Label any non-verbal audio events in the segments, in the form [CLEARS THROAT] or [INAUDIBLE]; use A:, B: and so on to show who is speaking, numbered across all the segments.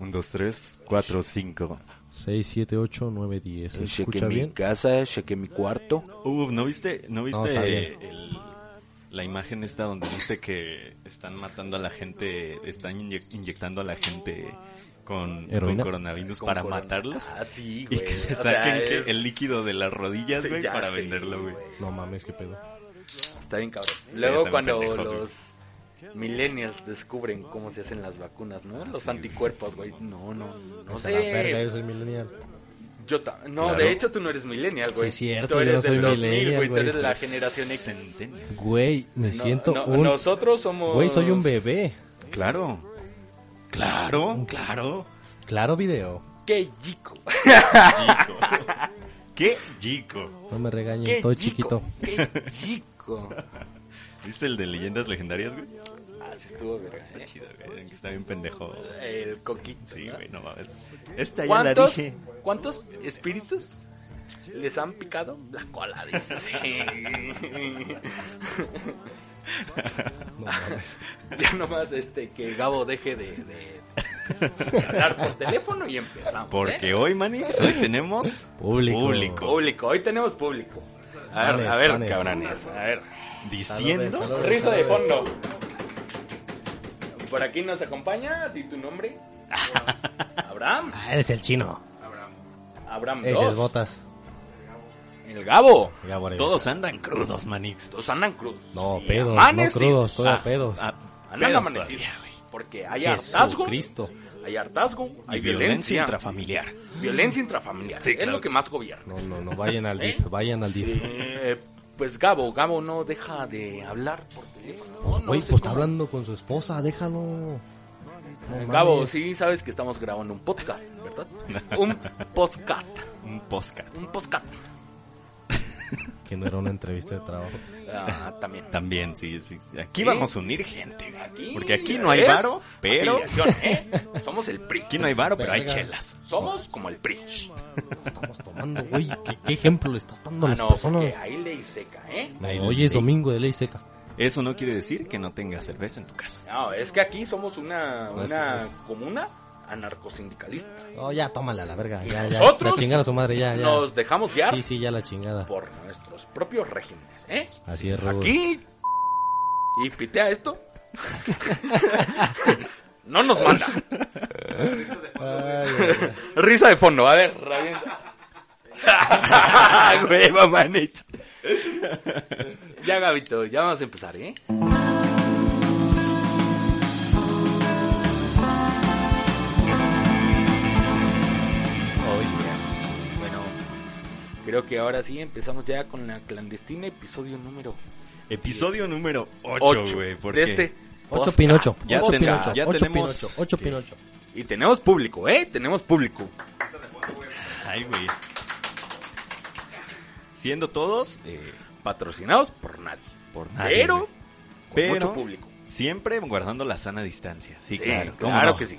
A: Un, dos, tres, cuatro, cinco.
B: 6, 7, 8, 9, 10. ¿Se
C: Chequé
B: escucha
C: mi
B: bien?
C: casa, chequé mi cuarto.
A: Uh, ¿no viste, no viste
B: está bien.
A: el- la imagen esta donde dice que están matando a la gente, están inye- inyectando a la gente con, con
B: ¿Heroína?
A: coronavirus para matarlos?
C: Ah, sí,
A: Y
C: güey.
A: que le
C: O sea,
A: saquen que
C: es-
A: el líquido de las rodillas,
C: Sí,
A: güey,
C: ya
A: para
C: sé,
A: venderlo, güey.
B: No mames, qué pedo.
C: Está bien cabrón.
A: está
C: Luego
A: bien
C: cuando
A: pendejos, güey.
C: los millennials descubren cómo se hacen las vacunas, ¿no? Los anticuerpos, güey. No, no, no
B: Hasta la verga,
C: sé.
B: yo soy millennial.
C: Yo ta- no,
A: Claro.
C: de hecho tú no eres millennial, güey.
B: Sí, es cierto,
C: tú
B: yo
C: eres
B: no soy
C: del 2000,
B: millennial,
C: güey. Tú
B: güey.
C: eres de la generación X.
A: Centennial.
B: Güey, me
C: No,
B: siento
C: no,
B: un...
C: Nosotros somos...
B: Güey, soy un bebé.
A: Claro. Claro, claro.
B: Claro video.
C: ¡Qué chico! [LAUGHS]
A: Chico. Qué chico.
B: No me regañen,
C: ¡Qué
B: estoy chiquito.
C: chico! ¡Qué
A: [LAUGHS]
C: chico!
A: ¿Viste el de leyendas legendarias, güey?
C: Así Ah, estuvo, güey.
A: Está chido, güey. que Está bien pendejo.
C: El coquito,
A: Sí,
C: ¿no?
A: güey, no mames. Esta ya la
C: ¿Cuántos,
A: dije.
C: ¿Cuántos espíritus les han picado la cola? Dice.
B: No mames.
C: ya nomás este, que Gabo deje de, de hablar por teléfono y empezamos.
A: Porque
C: ¿eh?
A: hoy, manix, hoy tenemos
B: Público.
C: Público, hoy tenemos público. A ver,
B: Panes,
C: a ver,
B: panes.
C: cabrones, a ver.
A: Diciendo.
B: Saludos, saludos,
C: Risa de
B: saludos.
C: fondo. Por aquí nos acompaña, di tu nombre. Abraham.
B: Ah, eres el chino.
C: Abraham
B: Ese es
C: 2.
B: botas.
C: El Gabo.
B: Ya, por ahí.
A: Todos andan crudos, manix.
C: Todos andan crudos.
B: No,
C: Sí,
B: pedos, no
C: amanecidos.
B: crudos, todo
A: Ah,
B: pedos.
A: ah,
C: Andan
A: pedos
C: amanecidos.
A: todavía.
C: Porque hay hartazgo.
B: Jesucristo.
C: Hay hartazgo. Hay
A: Y violencia
C: violencia.
A: intrafamiliar.
C: Violencia intrafamiliar.
A: Sí,
C: es
A: claro
C: lo que
A: que
C: más gobierna.
B: No, no, no, vayan al DIF, vayan al DIF.
C: Eh, pues Gabo, Gabo no deja de hablar por teléfono. No, no
B: Güey,
C: sé
B: pues está
C: cómo.
B: hablando con su esposa, déjalo. No
C: Gabo,
B: mames.
C: sí sabes que estamos grabando un podcast, ¿verdad? un podcast.
A: Un podcast.
C: Un podcast.
B: Que no era una entrevista de trabajo.
C: Ah, también.
A: También, sí, sí. Aquí
C: Sí.
A: vamos a unir gente, güey.
C: Aquí
A: Porque aquí no hay
C: es
A: varo, pero.
C: afiliación, ¿eh? Somos el PRI.
A: Aquí no hay varo, pero hay
B: Verga.
A: chelas.
C: Somos como el PRI.
B: Estamos tomando, güey. ¿Qué, qué ejemplo le estás dando a
C: Ah,
B: las
C: no, porque
B: personas?
C: hay ley seca, ¿eh?
B: No,
A: Ahí
B: hoy
A: le-
B: es domingo de ley seca.
A: Eso no quiere decir que no tengas cerveza en tu casa.
C: No, es que aquí somos una,
B: No, es
C: una
B: que es-
C: comuna anarcosindicalista.
B: Oh, ya, tómala, la verga. Ya, ya.
C: nosotros
B: La chingada a su madre, ya, ya.
C: Nos dejamos guiar
B: Sí, sí, ya la chingada.
C: por nuestros propios regímenes, ¿eh?
B: Así es, Robo.
C: Aquí y pitea esto. [LAUGHS] no nos manda.
B: Ay, ay, ay.
C: Risa de fondo, a ver, rabienta. [LAUGHS] Güey, mamá, han hecho. Ya, Gabito, ya vamos a empezar, ¿eh? Oye, bueno, creo que ahora sí empezamos ya con la clandestina, episodio número
A: Episodio número 8,
C: 8,
A: güey.
C: de
A: Porque
C: este.
B: Ocho
C: podcast.
B: Pinocho.
A: Ya
B: ocho
A: ten-
B: Pinocho.
A: ya
B: ocho
A: tenemos
B: Pinocho. Ocho
A: que-
B: Pinocho.
C: Y tenemos público, ¿eh? Tenemos público.
A: Ay, güey. Siendo todos eh,
C: Patrocinados por nadie.
A: por nadie.
C: Pero,
A: güey.
C: con
A: Pero-
C: mucho público.
A: Siempre guardando la sana distancia. Sí,
C: Sí,
A: claro. ¿cómo
C: claro
A: no?
C: que sí.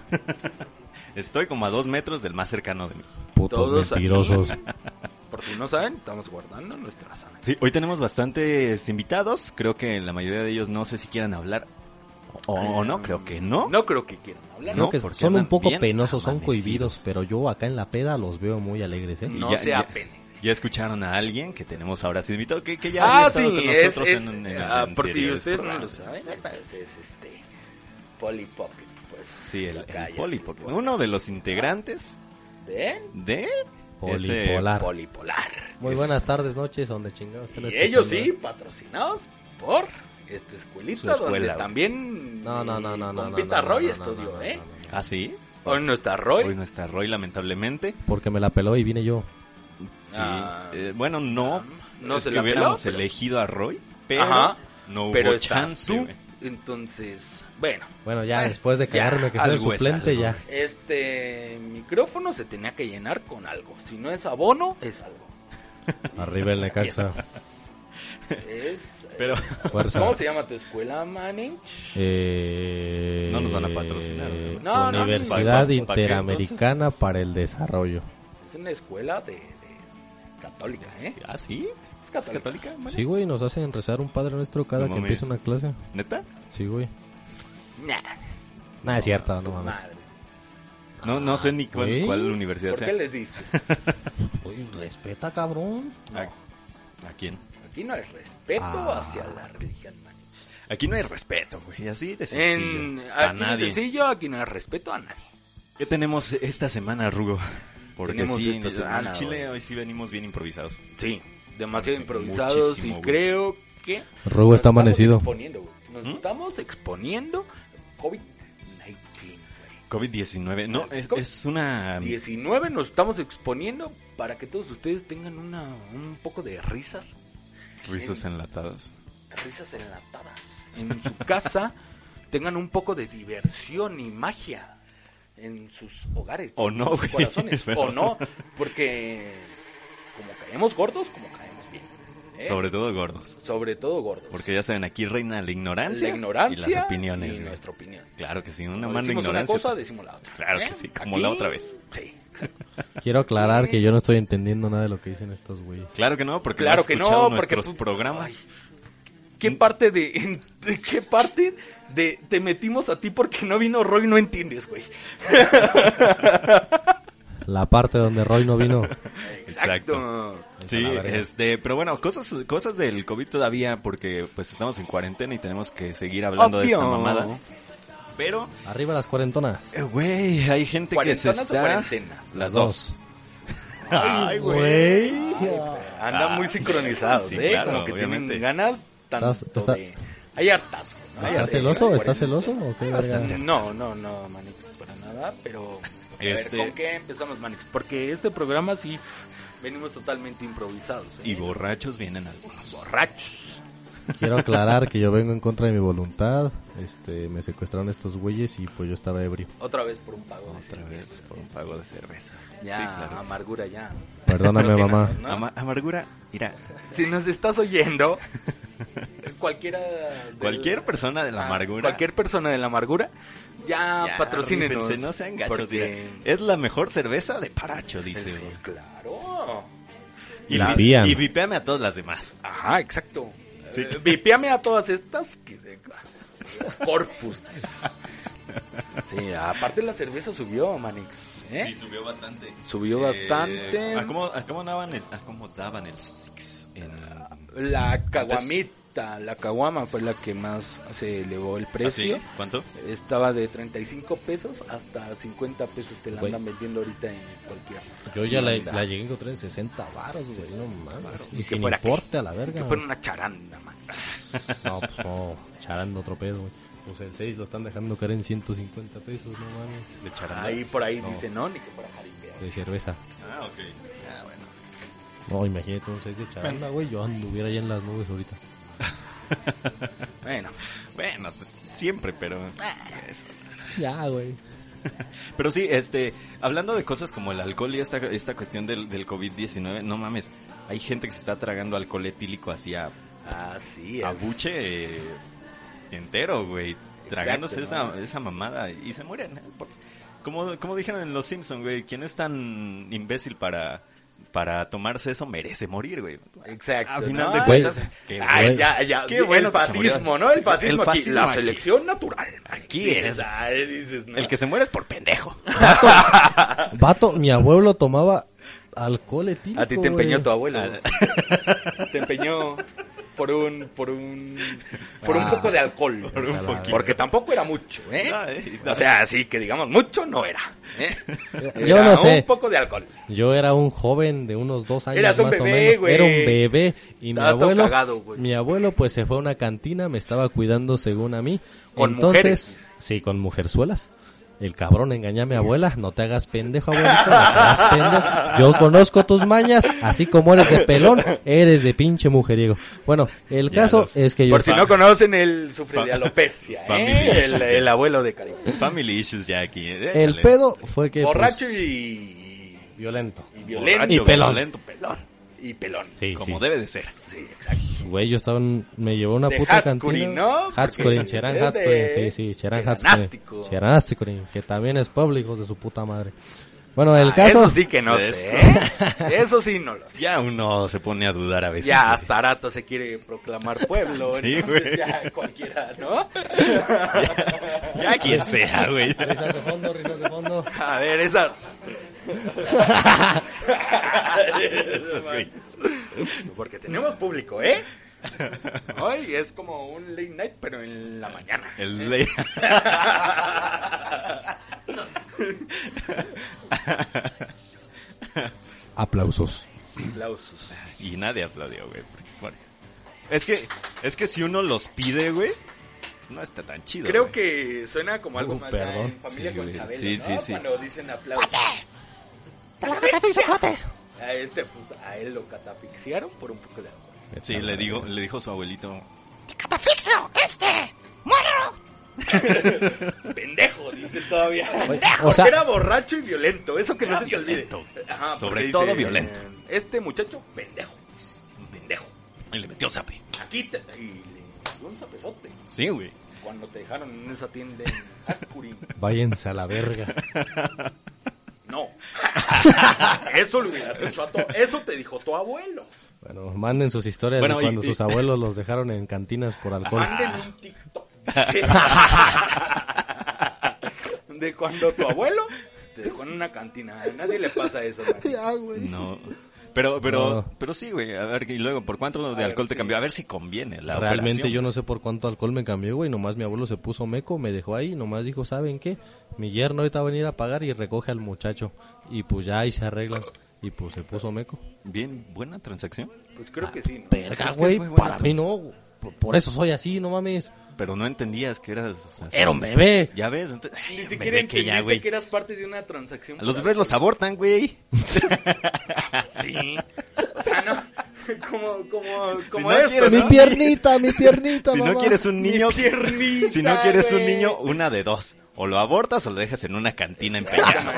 A: Estoy como a dos metros del más cercano de mí.
B: Putos
C: Todos-
B: mentirosos.
C: [LAUGHS] Por si no saben, estamos guardando nuestra sana.
A: Sí, hoy tenemos bastantes invitados. Creo que la mayoría de ellos no sé si quieran hablar o, o no. Creo que no.
C: No creo que quieran hablar.
B: Creo
A: No,
B: que
A: porque
B: son un
A: andan
B: poco
A: bien
B: penosos, son
A: amanecidos.
B: cohibidos, pero yo acá en la peda los veo muy alegres, ¿eh?
A: Y
C: No se apene.
A: Ya escucharon a alguien que tenemos ahora sí invitado, que, que ya había
C: Ah, sí,
A: estado con
C: es,
A: nosotros
C: es-
A: en, un- en
C: ah, por si
A: anteriores
C: ustedes no lo
A: programas.
C: saben, pues es este Polly Pocket, pues.
A: Sí, el,
C: la
A: el
C: calle,
A: Poli,
C: sí,
A: porque
C: pues,
A: uno de los integrantes
C: de
A: de ese-
B: Polipolar.
C: Polipolar.
B: Muy buenas tardes, noches, donde chingados estén
C: Y
B: escuchando,
C: ellos sí,
B: ¿verdad?
C: patrocinados por esta escuelita
A: Su escuela,
C: donde
A: güey.
C: también
B: No, no, no,
C: eh,
B: no, no.
C: compita
B: no, no,
C: Roy
B: no, no,
C: estudió,
B: no, no,
C: ¿eh?
B: no, no, no.
A: ¿Ah, sí?
C: Hoy no está Roy.
A: Hoy no está Roy, lamentablemente.
B: Porque me la peló y vine yo.
A: Sí.
C: Ah.
A: Eh, bueno, no.
C: No
A: es
C: se
A: que
C: la peló,
A: hubiéramos
C: pero-
A: elegido a Roy, pero
C: Ajá.
A: no hubo
C: pero estás
A: chance.
C: tú
A: güey.
C: Entonces, bueno,
B: Bueno, ya después de cagarme que soy el
A: algo es
B: suplente,
A: algo.
B: ya.
C: este micrófono se tenía que llenar con algo. Si no es abono, es algo.
B: Arriba
A: [LAUGHS]
B: el Necaxa. [LAUGHS]
C: Es,
A: Pero [LAUGHS]
B: Fuerza.
C: ¿Cómo se llama tu escuela, Manich?
B: Eh,
A: No nos van a patrocinar,
B: eh,
A: güey.
C: No, no,
B: Universidad
A: sí. ¿Pa- pa- pa qué,
B: Interamericana para el Desarrollo.
C: Es una escuela de, de- católica, ¿eh?
A: ¿Ah, sí?
C: Es
A: ¿Es
C: católica.
A: católica? Mario?
B: Sí, güey, nos hacen rezar un Padre Nuestro cada
A: No
B: que
A: mames.
B: empieza una clase.
A: ¿Neta?
B: Sí, güey.
C: Nah,
B: Nada, es cierto, no mames.
C: madre.
A: No, no sé ni cuál,
B: ¿Sí?
A: cuál universidad
C: ¿Por
A: sea.
C: qué les dices?
B: Uy, respeta, cabrón.
A: ¿A, a quién?
C: Aquí no hay respeto
B: Ah.
C: hacia la religión, Manich.
A: Aquí no hay respeto, güey. Así de sencillo.
C: En,
A: a
C: aquí no es
A: nadie.
C: sencillo, aquí no hay respeto a nadie.
A: ¿Qué tenemos esta semana, Rugo? Porque
C: Tenemos
A: sí,
C: esta
A: al
C: semana,
A: Chile
C: güey.
A: hoy sí venimos bien improvisados.
C: Sí, demasiado
A: Sí,
C: improvisados
A: muchísimo,
C: y
A: güey.
C: creo que...
B: Rugo está
C: nos
B: amanecido.
C: Estamos exponiendo, güey. Nos
A: ¿Mm?
C: estamos exponiendo a COVID-19. güey.
A: COVID-19. No, es,
C: ¿Cómo?
A: es una...
C: 19 nos estamos exponiendo para que todos ustedes tengan una, un poco de risas,
A: Risas enlatadas.
C: risas enlatadas. En su casa [LAUGHS] tengan un poco de diversión y magia en sus hogares.
A: O
C: en
A: no,
C: sus
A: güey,
C: corazones.
A: [LAUGHS] pero-
C: O no, porque como caemos gordos, como caemos bien. ¿eh?
A: Sobre todo gordos.
C: Sobre todo gordos.
A: Porque ya saben, aquí reina la ignorancia,
C: la ignorancia
A: y las opiniones.
C: y
A: güey.
C: nuestra opinión.
A: Claro que sí, una
C: Cuando
A: mano de
C: decimos
A: ignorancia.
C: una cosa, ¿Eh? decimos la otra.
A: Claro que sí, como la otra vez.
C: Sí.
B: Quiero aclarar que yo no estoy entendiendo nada de lo que dicen estos güeyes.
A: Claro que no, porque
C: Claro
A: no has
C: que no,
A: escuchado
C: porque pues,
A: nuestros
C: tú-
A: programas.
C: ¿Qué parte de, de [LAUGHS] qué parte de te metimos a ti porque no vino Roy no entiendes, güey?
B: La parte donde Roy
A: [LAUGHS]
B: no vino.
A: Exacto. Sí,
B: A la verga.
A: este, pero bueno, cosas, cosas del COVID todavía, porque pues estamos en cuarentena y tenemos que seguir hablando de esta
C: Obvio.
A: mamada. ¿Este Pero,
B: Arriba las cuarentonas.
A: eh, güey, hay gente que se
C: ¿Cuarentonas o
A: está...
C: cuarentena?
A: Las dos. Ay,
C: Anda
A: [LAUGHS]
C: muy sincronizados,
A: Ah, Sí,
C: ¿eh?
A: claro,
C: Como que
A: obviamente.
C: tienen ganas tanto
B: Estás- está-
C: de... Hay hartazgo, ¿no?
B: ¿Estás
C: De-
B: celoso?
C: de
B: ¿Estás
C: cuarentena.
B: celoso? ¿O qué verga?
A: bastante.
C: No, no, no, Manix, para nada, pero... A ver,
A: Este-
C: ¿con qué empezamos, Manix? Porque este programa sí venimos totalmente improvisados, ¿eh?
A: Y borrachos vienen algunos.
C: borrachos.
B: Quiero aclarar que yo vengo en contra de mi voluntad. Este, me secuestraron estos güeyes y pues yo estaba ebrio.
C: Otra vez por un pago de
A: Otra vez
C: cerveza.
A: por un pago de cerveza.
C: Ya,
A: sí, claro. que sí.
C: amargura, ya.
B: Perdóname,
C: Patrocínanos,
B: mamá.
C: ¿no?
A: Ama- amargura, mira,
C: Si nos estás oyendo, cualquiera. del-
A: cualquier persona de la
C: Ah,
A: amargura...
C: Cualquier persona de la amargura, ya,
A: Ya,
C: patrocínenos.
A: rífense, no sean gachos,
C: porque-
A: mira. Es la mejor cerveza de Paracho, dice,
C: Sí,
A: güey.
C: claro.
A: Y,
B: La
A: vi-
B: Fiam.
A: y vipéame a todas las demás.
C: Ajá, exacto.
A: Sí.
C: Eh, vipéame a todas estas. Que se- Corpus. Sí, aparte la cerveza subió, Manix. ¿eh?
A: subió bastante. Eh,
C: Subió bastante.
A: ¿a cómo, a cómo daban el, a cómo daban el six en
C: La caguamita, la caguama fue la que más se elevó el precio.
A: ¿Ah, sí? ¿Cuánto?
C: Estaba de 35 pesos hasta 50 pesos. Te la
B: Güey.
C: andan vendiendo ahorita en cualquier.
B: Yo ya la,
C: tienda.
B: la llegué a encontrar en 60 baros, güey. No mames.
C: ¿Y
B: Y
C: qué
B: sin
C: fuera qué?
B: importe a la
C: Que
B: verga.
C: fue una charanda, man.
B: No, pues no. Charando otro pedo, güey. Pues el 6 lo están dejando caer en 150 pesos, no mames.
A: De charanda.
C: Ahí por ahí
B: No.
C: dice, no, ni que fuera jaripeo.
B: De cerveza.
A: Ah, ok. Ah, bueno.
B: No, imagínate un 6 de charanda, güey. Yo anduviera ya en las nubes ahorita.
C: Bueno,
A: Bueno, siempre, pero eso.
B: Ya, güey.
A: [LAUGHS] Pero sí, este, hablando de cosas como el alcohol y esta, esta cuestión del, del COVID-19, no mames, hay gente que se está tragando alcohol etílico hacia
C: así es.
A: a buche eh, entero, güey. Tragándose
C: Exacto,
A: esa,
C: ¿no?
A: esa mamada y se mueren. ¿eh? Por- Como, como dijeron en Los Simpsons, güey, quien es tan imbécil para, para tomarse eso merece morir, güey.
C: Exacto.
A: A final
C: Ah, ¿no?
A: de
B: Güey.
A: cuentas, es que,
C: Ay,
A: güey,
C: ya, ya.
A: Qué
C: Qué
A: bueno
C: el
A: que se
C: fascismo,
A: murió.
C: ¿no? El
A: Sí,
C: fascismo,
A: el fascismo
C: aquí. La
A: aquí.
C: selección natural.
A: Aquí
C: Dices,
A: eres.
C: ay, dices, no.
A: el que se muere es por pendejo.
B: Vato, mi abuelo tomaba alcohol etílico.
C: Ah. A ti te
B: güey.
C: empeñó tu abuelo.
A: Ah,
C: [LAUGHS] te empeñó por un por un por un
B: Ah.
C: poco de alcohol.
A: Por un poquito.
C: Porque tampoco era mucho, ¿eh?
A: No, eh, no.
C: O sea, así que digamos mucho no era. ¿eh?
B: Yo no sé.
C: Un poco de alcohol.
B: Yo era un joven de unos dos años
C: Eras un
B: más
C: bebé,
B: o menos.
C: güey.
B: Era un bebé y mi
C: Estaba todo
B: abuelo,
C: cagado, güey.
B: mi abuelo pues se fue a una cantina, me estaba cuidando según a mí.
C: Con
B: Entonces,
C: mujeres.
B: sí, con mujerzuelas. El cabrón engaña a mi abuela, no te hagas pendejo, abuelito, no te hagas pendejo. Yo conozco tus mañas, así como eres de pelón, eres de pinche mujeriego. Bueno, el
A: Ya
B: caso
A: los-
B: es que yo...
C: Por si no conocen, él sufre de
A: Fa-
C: alopecia,
A: Familia.
C: ¿eh? el, el abuelo de Karim.
A: Family issues ya aquí. eh,
B: El
A: échale.
B: pedo fue que...
C: Borracho
B: pues,
C: y,
B: Violento.
C: y violento.
A: Borracho,
B: Y pelón.
A: violento, pelón.
C: Y pelón.
B: Sí,
A: como
B: sí.
A: debe de ser.
C: Sí, exacto.
B: Güey, yo estaba en- me llevó una
C: De
B: puta
C: Hatskurin,
B: cantina.
C: ¿no?
B: Hatskurin,
C: Porque
B: Cherán
C: es de-
B: Hatskurin, sí, sí, Cherán Hatskurin.
C: Cheránástico.
B: Cheránástico, que también es público de su puta madre. Bueno, el
C: Ah,
B: caso...
C: Eso
B: [LAUGHS]
C: sí que no
A: Eso.
C: sé. ¿eh? Eso sí no lo sé.
A: Ya uno se pone a dudar a veces.
C: Ya
A: güey.
C: hasta Arata se quiere proclamar pueblo.
A: [LAUGHS] Sí,
C: entonces
A: güey.
C: ya cualquiera,
A: [LAUGHS]
C: ¿no?
A: [LAUGHS] Ya quien sea, güey.
B: Risas de fondo, risas de fondo.
C: A ver, esa.
A: Esos güeyes.
C: Porque tenemos público,
A: [LAUGHS]
C: ¿eh? Hoy es como un late night, pero en
A: [LAUGHS]
C: la mañana.
A: El ley.
B: Aplausos.
C: Aplausos.
A: Y nadie aplaudió, güey. porque, bueno. Es que, es que si uno los pide, güey, pues no está tan chido.
C: Creo
A: güey.
C: que suena como algo
B: Uh,
C: más ya
B: perdón.
C: en familia
A: Sí,
C: con
A: güey.
C: Chabelo,
A: Sí,
C: ¿no?
A: sí, sí.
C: Cuando dicen aplausos. A este, pues, a él lo catafixiaron por un poco de agua.
A: Sí, le, digo, le dijo su abuelito.
C: Pendejo, dice todavía.
B: o
C: Pendejo,
B: sea-
C: que era borracho y violento. Eso que no
A: Era
C: se te olvide.
A: violento.
C: Ajá,
A: Sobre
C: porque
A: todo violento.
C: Este muchacho, pendejo. pues, un pendejo.
A: Y le metió zape.
C: Aquí te. Y le dio un zapezote.
A: Sí, güey.
C: Cuando te dejaron en esa tienda en Ascurín.
B: Váyanse a la verga.
C: No. [LAUGHS] Eso lo hubiera dicho a tu- Eso te dijo tu abuelo.
B: Bueno, manden sus historias
A: Bueno,
B: de
A: y-
B: cuando
A: y-
B: sus abuelos los dejaron en cantinas por alcohol.
C: Manden un TikTok. dice. [LAUGHS] De cuando tu abuelo te dejó en una cantina. A nadie le pasa eso. man.
A: No. Pero, pero,
B: No.
A: pero sí, güey. A ver, y luego, ¿por cuánto de
C: ver,
A: alcohol te
C: sí.
A: cambió? A ver si conviene la
B: Realmente
A: operación.
B: yo no sé por cuánto alcohol me cambió, güey. Nomás mi abuelo se puso meco, me dejó ahí. Nomás dijo, ¿saben qué? Mi yerno ahorita va a venir a pagar y recoge al muchacho. Y pues ya ahí se arreglan. Y pues se puso meco.
A: Bien, buena transacción.
C: Pues creo que sí, ¿no?
B: Verga,
A: ¿Crees que
B: güey.
A: fue bueno?
B: Para mí no. Por- Por eso soy así, no mames.
A: Pero no entendías que eras... o sea,
B: Era un bebé.
A: Ya ves, entonces... ay,
C: Ni
A: un
C: siquiera
A: bebé que
C: entendiste
A: ya,
C: que,
A: güey.
C: eras parte de una transacción.
A: A los bebés los abortan,
C: [LAUGHS]
A: güey.
C: Sí. [LAUGHS] O sea, no. Como, como,
A: [LAUGHS]
C: como
A: no
C: esto,
A: quieres
C: ¿no?
A: un-
B: piernita, mi piernita,
A: [LAUGHS] Si no
B: mamá.
A: quieres un
C: Mi
A: niño...
C: piernita,
A: Si no quieres un
C: güey.
A: niño, una de dos. O lo abortas o lo dejas en una cantina
C: [LAUGHS]
A: empeñado.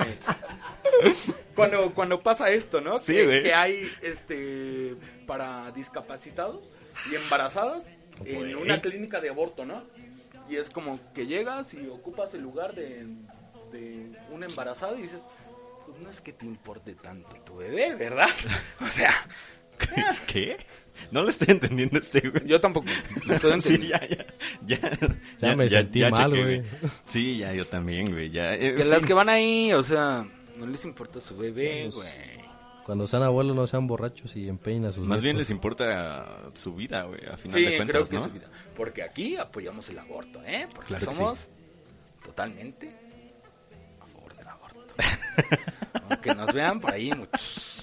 C: Cuando, cuando pasa esto, ¿no?
A: Sí,
C: que,
A: güey.
C: que hay este para discapacitados y embarazadas en una clínica de aborto, ¿no? Y es como que llegas y ocupas el lugar de, de una embarazada y dices, pues no es que te importe tanto tu bebé, ¿verdad? [LAUGHS] O sea,
A: ¿Qué? No lo estoy entendiendo a este, güey.
C: yo tampoco.
A: [LAUGHS]
C: estoy
A: Sí,
C: entendiendo.
A: ya, ya, ya,
B: Ya me sentí mal, güey.
A: Sí, ya, yo también, güey. Ya, eh,
C: Que las
A: fin.
C: que van ahí, o sea, no les importa su bebé,
B: Pues,
C: güey.
B: Cuando sean abuelos no sean borrachos y empeñen a sus
A: Más bien les
B: nietos.
A: importa su vida, güey, a final
C: Sí,
A: de
C: creo
A: cuentas,
C: que
A: ¿no?
C: su vida. Porque aquí apoyamos el aborto, ¿eh? Porque
A: Claro que
C: somos totalmente a favor del aborto. Aunque nos vean por ahí muchos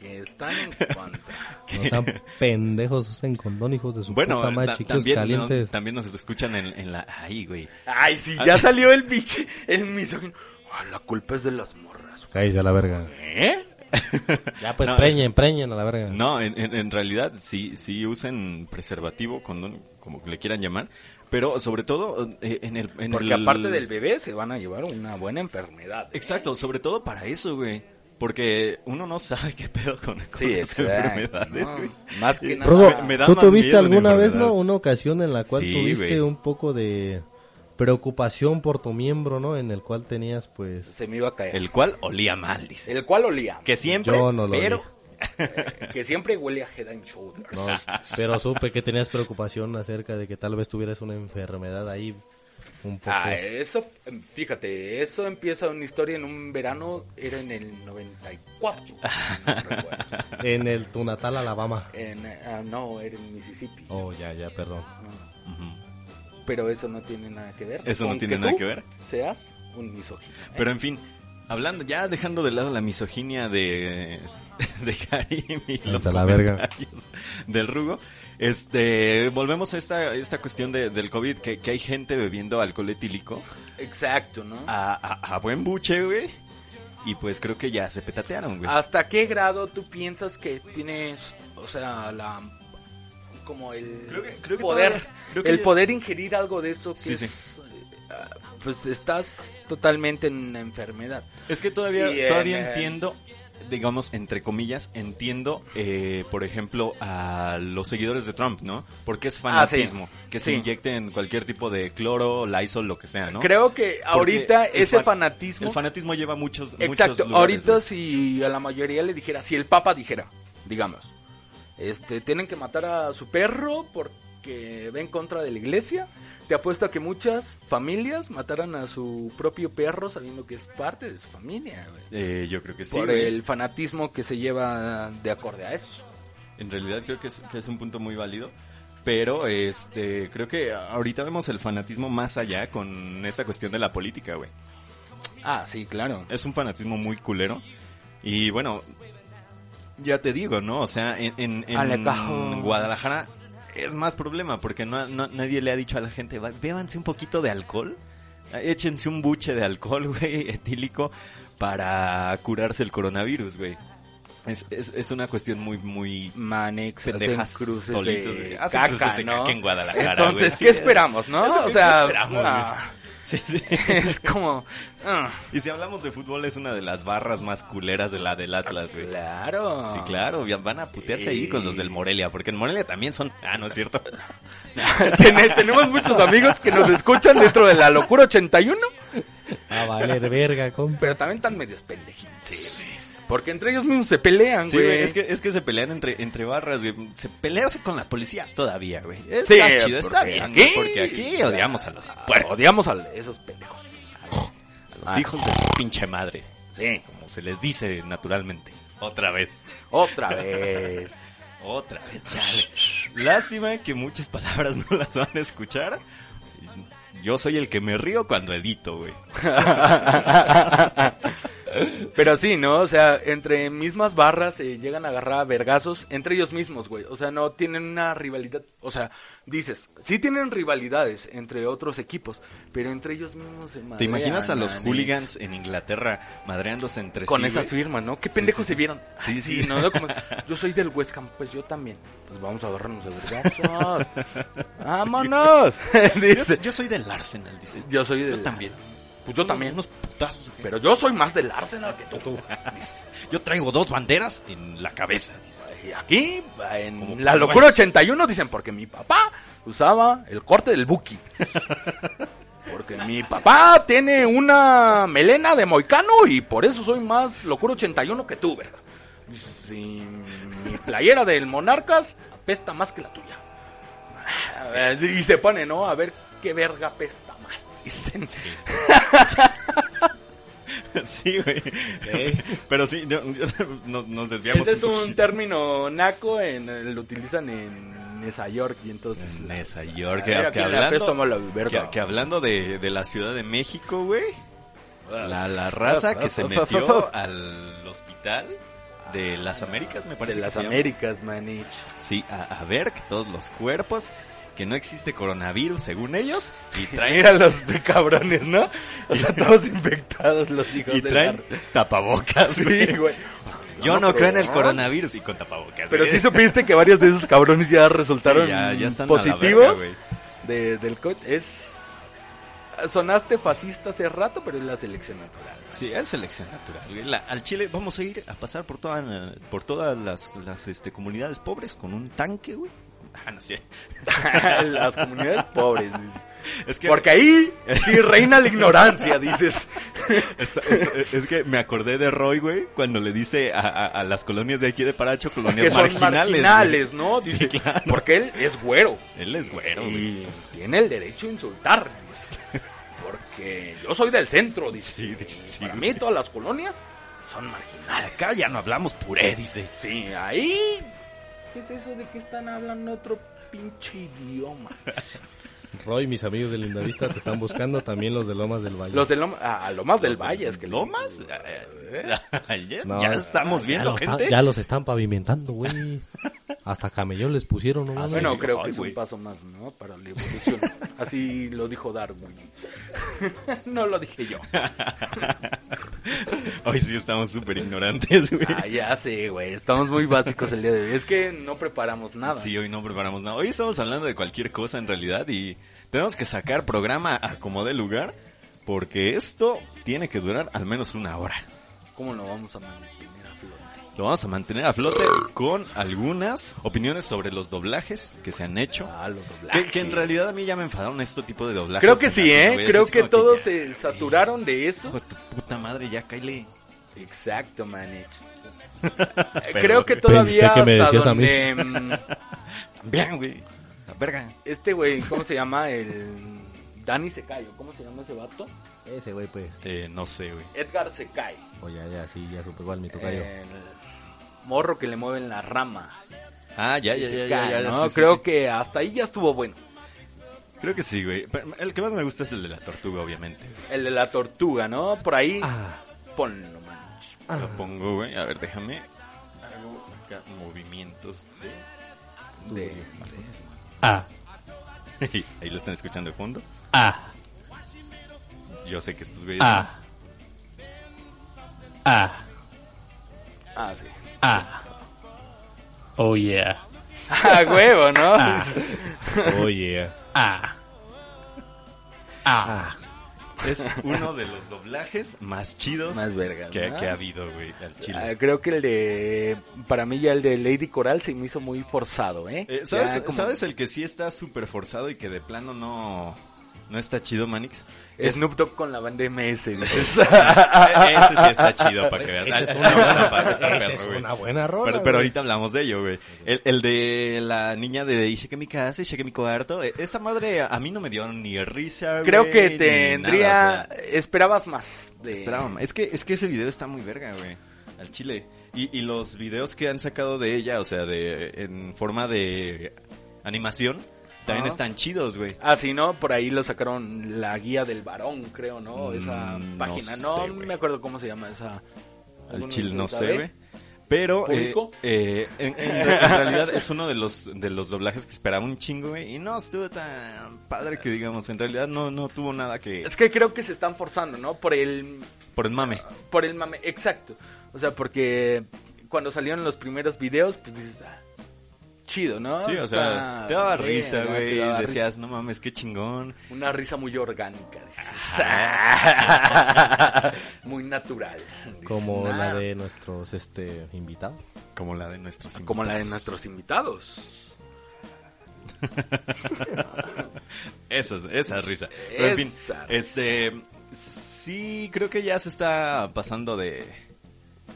C: que están en contra.
B: No sean
A: [LAUGHS]
B: pendejos, usen condón, hijos de su
A: Bueno,
B: puta madre,
A: ta-
B: chicos
A: también,
B: calientes.
A: no- también nos escuchan en, en la... Ay, güey.
C: Ay, sí,
A: Ah.
C: ya salió el biche, el misógino. Ah, la culpa es de las morras.
B: Cállese a la verga.
C: ¿Eh?
B: Ya pues
A: No,
B: preñen, preñen a la verga.
A: No, en, en- en realidad sí, sí usen preservativo, condón, como le quieran llamar, pero sobre todo eh, en el... en
C: Porque
A: el-
C: aparte del bebé se van a llevar una buena enfermedad.
A: Exacto, sobre todo para eso, güey. Porque uno no sabe qué pedo con, con [LAUGHS]
C: Sí,
A: las
C: exacto,
A: enfermedades,
C: no.
A: güey.
C: Más que
A: Eh,
C: nada-
B: Rodo,
C: Me-
A: me da
B: ¿tú
A: más
B: tuviste
A: miedo una
B: alguna vez,
A: enfermedad.
B: no? Una ocasión en la cual
A: Sí,
B: tuviste
A: güey.
B: un poco de preocupación por tu miembro, ¿no? En el cual tenías, pues...
C: Se me iba a caer. El,
A: El cual olía mal, dice.
C: cual olía.
A: Que siempre,
B: Yo no lo
A: pero...
B: olí.
C: Que siempre huele a head
A: [LAUGHS]
C: and shoulders.
B: no, pero supe que tenías preocupación acerca de que tal vez tuvieras una enfermedad ahí un poco...
C: Ah, eso, f- fíjate, eso empieza una historia en un verano, era en el 94.
A: [LAUGHS]
C: no recuerdo.
B: En el tu natal Alabama.
C: En, ah, no, era en Mississippi.
B: Oh, ya, ya, perdón.
A: Ujú.
C: Pero eso no tiene nada que ver.
A: Eso no
C: con
A: tiene
C: que
A: nada
C: tú
A: que ver.
C: Seas un misógino. ¿eh?
A: Pero en fin, Hablando, ya dejando de lado la misoginia de, [LAUGHS] de Karim y
B: Vete
A: los
B: a la verga.
A: comentarios del rugo, este, volvemos a esta, esta cuestión de- del COVID, que, que hay gente bebiendo alcohol etílico
C: Exacto, ¿no?
A: a, a- a buen buche, güey. Y pues creo que ya se petatearon, güey.
C: ¿Hasta qué grado tú piensas que tienes, o sea, la como el
A: Creo que- creo que
C: poder,
A: todavía- creo que
C: el
A: ya-
C: poder ingerir algo de eso que
A: Sí,
C: es,
A: sí.
C: eh, ah, pues estás totalmente en una enfermedad.
A: Es que todavía,
C: Bien.
A: todavía entiendo, digamos, entre comillas, entiendo, eh, por ejemplo, a los seguidores de Trump, ¿no? Porque es
C: Ah, sí.
A: fanatismo. Que se
C: Sí.
A: inyecten cualquier tipo de cloro, Lysol, lo que sea, ¿no?
C: Creo que
A: Porque
C: ahorita
A: el
C: ese
A: fan-
C: fanatismo,
A: El fanatismo lleva muchos,
C: exacto,
A: muchos lugares,
C: ahorita
A: güey.
C: si a la mayoría le dijera, si el Papa dijera, digamos, este, tienen que matar a su perro porque va en contra de la iglesia. Te apuesto a que muchas familias mataran a su propio perro sabiendo que es parte de su familia, güey.
A: Eh, yo creo que sí.
C: por
A: güey.
C: el fanatismo que se lleva de acorde a eso.
A: En realidad creo que es, que es un punto muy válido. Pero este creo que ahorita vemos el fanatismo más allá con esta cuestión de la política, güey.
C: Ah, sí, claro.
A: es un fanatismo muy culero. Y bueno, ya te digo, ¿no? O sea, en, en- en
C: Alecajo.
A: Guadalajara es más problema porque no, no- nadie le ha dicho a la gente, "Va- bébanse un poquito de alcohol, échense un buche de alcohol, [LAUGHS] güey, etílico, para curarse el coronavirus, güey. Es, es, es una cuestión muy, muy...
C: Manex hacen
A: Pendejas
C: cruces
A: solitos,
C: de
A: güey. Hacen
C: caca,
A: cruces de
C: ¿no?
A: caca en Guadalajara, güey.
C: Entonces,
A: Así
C: ¿qué
A: es.
C: esperamos, no?
A: Eso
C: o
A: que
C: sea,
A: esperamos,
C: ah,
A: [LAUGHS] Sí, sí.
C: [LAUGHS] es como... ah,
A: [LAUGHS] y si hablamos de fútbol, es una de las barras más culeras de la del Atlas, güey.
C: claro. [LAUGHS]
A: Sí, claro, ya van a putearse ahí con los del Morelia, porque en Morelia también son... Ah, no es [LAUGHS] cierto.
C: Ten- tenemos muchos amigos que nos escuchan dentro de la locura 81,
B: A valer verga, compa.
C: pero también están medios pendejitos. Porque entre ellos mismos se pelean,
A: Sí,
C: güey.
A: güey, es que, es que se pelean entre, entre barras, güey. Se pelearse con la policía todavía, güey. Está
C: Sí,
A: chido, está
C: porque
A: bien.
C: aquí- Ah,
A: porque aquí odiamos a los puercos,
C: Odiamos a esos pendejos.
A: a
C: ah,
A: los hijos de su pinche madre.
C: Sí,
A: Como se les dice naturalmente. Otra vez. [LAUGHS]
C: otra vez.
A: Otra vez, chale. Lástima que muchas palabras [LAUGHS] no las van a escuchar. Yo soy el que me río cuando edito,
C: [LAUGHS]
A: güey.
C: Pero sí, ¿no? O sea, entre mismas barras se llegan a agarrar a vergazos entre ellos mismos, güey. O sea, no tienen una rivalidad. O sea, dices, sí tienen rivalidades entre otros equipos, pero entre ellos mismos se
A: ¿Te
C: madrean,
A: imaginas a los
C: manes.
A: hooligans en Inglaterra madreándose entre
C: Con
A: sí?
C: esas
A: güey?
C: firmas, ¿no? ¿Qué
A: Sí,
C: pendejos
A: sí,
C: se vieron?
A: Sí,
C: Ay,
A: sí.
C: ¿no? Como, yo soy del West Ham, pues yo también. Pues vamos a agarrarnos de
A: [LAUGHS]
C: vergazos. ¡Vámonos! [LAUGHS]
A: Yo,
C: Dice,
A: yo soy del Arsenal, dice.
C: yo soy del...
A: Yo también.
C: Pues yo también.
A: Unos putazos, ¿o qué?
C: Pero yo soy más del Arsenal que tú. Dice.
A: [LAUGHS] Yo traigo dos banderas en la cabeza. dice.
C: [LAUGHS] Y aquí, en
A: Como
C: La
A: Paraguay.
C: Locura 81, dicen, porque mi papá usaba el corte del Buki. Porque mi papá tiene una melena de moicano y por eso soy más Locura 81 que tú, ¿verdad? Sí, mi playera del Monarcas apesta más que la tuya. A ver, Y se pone, ¿no? A ver qué verga apesta más. Dicen.
A: Sí, güey. Eh, Pero sí, yo- yo- [LAUGHS] nos, nos desviamos.
C: Ese es un
A: poquito.
C: término naco, en, eh, lo utilizan en Nueva York y entonces...
A: En
C: las-
A: Esa York,
C: A ver,
A: que,
C: ¿a
A: que
C: quién le apesta más la
A: hablando,
C: verga?
A: que, que hablando de, de la Ciudad de México, güey, la, la raza que se
C: Ah, ah, ah,
A: metió
C: [LAUGHS] ah,
A: al hospital de las Américas, me parece.
C: de
A: que
C: las
A: se llama.
C: Américas, manich.
A: Sí, a, a ver que todos los cuerpos, que no existe coronavirus según ellos,
C: [LAUGHS]
A: y traen,
C: Mira los cabrones, ¿no? O
A: [LAUGHS]
C: sea, todos infectados los hijos
A: y
C: de
A: traen
C: la- [LAUGHS]
A: tapabocas, güey.
C: Sí, güey.
A: Yo no,
C: pero-
A: creo en el coronavirus y con tapabocas.
C: Pero
A: güey.
C: sí supiste que varios de esos cabrones ya resultaron
A: Sí, ya- ya están a la verga,
C: positivos
A: güey.
C: de, del COVID. Es... Sonaste fascista hace rato, pero es la selección natural. [LAUGHS]
A: Sí, es selección natural. güey. La- al Chile vamos a ir a pasar por, toda, la- por todas las, las, este, comunidades pobres con un tanque, güey. [LAUGHS] Ah, no sé.
C: Las comunidades pobres. dices.
A: Es que,
C: Porque ahí sí reina
A: [LAUGHS]
C: la ignorancia, dices.
A: es, es- es que me acordé de Roy, güey, cuando le dice a, a- a las colonias de aquí de Paracho, colonias
C: que son
A: marginales.
C: marginales,
A: güey.
C: ¿no?
A: Sí,
C: Dice,
A: claro.
C: porque él es güero
A: Él es güero, güey.
C: y tiene el derecho a insultar, dice, porque yo soy del centro, dice.
A: Sí, dice, sí,
C: Para
A: güey.
C: mí todas las colonias son marginales.
A: Acá ya no hablamos puré, dice.
C: Sí,
A: [LAUGHS]
C: ahí. ¿Qué es eso de que están hablando otro pinche idioma?
B: Roy, mis amigos del Lindavista te están buscando, también los de Lomas del Valle.
C: Los de Lomas, a Lomas del Valle, es que
A: ¿Lomas? eh, [LAUGHS] ya,
B: No,
A: ya estamos
B: ya,
A: viendo,
B: los
A: gente.
B: están- ya los están pavimentando, güey. Hasta camellón les pusieron, ¿no? mames?
C: Ah, Bueno,
A: sí.
C: creo
A: Ay,
C: que es
A: güey.
C: un paso más, ¿no? Para la evolución. [LAUGHS] Así lo dijo Darwin. [LAUGHS] no lo dije yo.
A: [LAUGHS] Hoy sí estamos súper ignorantes, güey.
C: Ah, ya sé, güey. Estamos muy básicos el día de hoy. Es que no preparamos nada.
A: Sí, hoy no preparamos nada. Hoy estamos hablando de cualquier cosa en realidad y tenemos que sacar programa a como dé lugar porque esto tiene que durar al menos una hora.
C: ¿Cómo lo vamos a mantener a flote?
A: Lo vamos a mantener a flote con algunas opiniones sobre los doblajes que se han hecho.
C: Ah, los doblajes.
A: Que, que en realidad a mí ya me enfadaron este tipo de doblajes.
C: Creo que
A: en
C: sí,
A: latino,
C: ¿eh?
A: güey.
C: Creo
A: Es
C: que
A: como
C: todos
A: ya,
C: se saturaron de
A: hijo
C: eso.
A: de tu puta madre, ya cáele.
C: Sí, Exacto, [LAUGHS] manich.
A: Pero-
C: Creo que todavía
B: que me
C: hasta
B: decías a mí.
C: donde, mm,
A: Bien, güey. La verga.
C: este güey, ¿cómo se llama? El Dani Secayo, ¿cómo se llama ese vato?
B: Ese güey, pues.
A: Eh, no sé, güey.
C: Edgar Secay.
B: O ya, ya, sí, ya supe cuál mi tocayo.
C: El morro que le mueven la rama.
A: Ah, ya, ya, ya, ya, ya,
C: Secay,
A: ya,
C: ¿no?
A: sí, sí,
C: Creo
A: sí.
C: que hasta ahí ya estuvo bueno.
A: Creo que sí, güey. Pero El que más me gusta es el de la tortuga, obviamente.
C: El de la tortuga, ¿no? Por ahí
B: Ah,
C: ponlo, manich.
A: Lo pongo, güey. A ver, déjame. Hago acá movimientos de. [LAUGHS]
C: De-
B: ah,
A: Ahí lo están escuchando de fondo.
B: ah,
A: Yo sé que estos güeyes.
B: ah. Ah,
C: Ah, sí. [LAUGHS]
B: ah. Oh, yeah.
C: Ah, huevo, ¿no?
B: Oh, yeah. Ah. Ah.
A: Es uno de los doblajes más chidos
C: Más vergas,
A: que,
C: ¿no?
A: que ha habido, güey, al chile.
C: Ah, creo que el de. Para mí, ya el de Lady Coral se me hizo muy forzado, ¿eh?
A: Eh, ¿sabes,
C: Ya como-
A: sabes el que sí está súper forzado y que de plano no, no está chido, Manix? Es-
C: Snoop Dogg con la banda MS, dices.
A: [LAUGHS] Eh, Ese sí está chido para que veas.
B: Esa
A: Ah,
B: es una
A: está [LAUGHS]
B: buena,
A: padre, está
B: esa
A: perro,
B: es
A: güey.
B: una buena rola.
A: Pero, pero
B: güey.
A: ahorita hablamos de ello, güey. El, el de la niña de Ishike mi casa, Ishike mi cuarto. eh, Esa madre a mí no me dio ni risa, güey,
C: Creo que
A: ni
C: tendría.
A: nada, o sea,
C: Esperabas más. De...
A: esperaba más. Es que, es que ese video está muy verga, güey. Al chile. Y, y los videos que han sacado de ella, o sea, de en forma de animación, también
C: Ajá.
A: están chidos, güey.
C: Ah, sí, ¿no? Por ahí lo sacaron la guía del varón, creo, ¿no? Esa
A: Mm, no
C: página.
A: sé,
C: No,
A: güey.
C: me acuerdo cómo se llama esa.
A: Al
C: ¿Alguno
A: chile no
C: sabe?
A: sé, güey. Pero eh,
C: ¿Público?
A: eh, en, en-
C: [LAUGHS]
A: en realidad es uno de los de los doblajes que esperaba un chingo, güey. Y no estuvo tan padre que digamos. En realidad no, no tuvo nada que.
C: Es que creo que se están forzando, ¿no? Por el
A: Por el mame.
C: Por el mame, exacto. O sea, porque cuando salieron los primeros videos, pues dices, ah, chido, ¿no?
A: Sí, o
C: Está
A: sea, te daba
C: bien,
A: risa,
C: ¿no?
A: güey.
C: Te daba risa.
A: Decías, no mames, qué chingón. Ah,
C: Una risa muy orgánica,
A: [LAUGHS]
C: dices. muy natural. dices,
B: Como
C: "Nah".
B: la de nuestros este invitados.
A: Como la de nuestros
C: Como la de
A: invitados.
C: nuestros invitados.
A: Esas, esa risa. Pero en fin,
C: Esa risa.
A: este. Sí, creo que ya se está pasando de.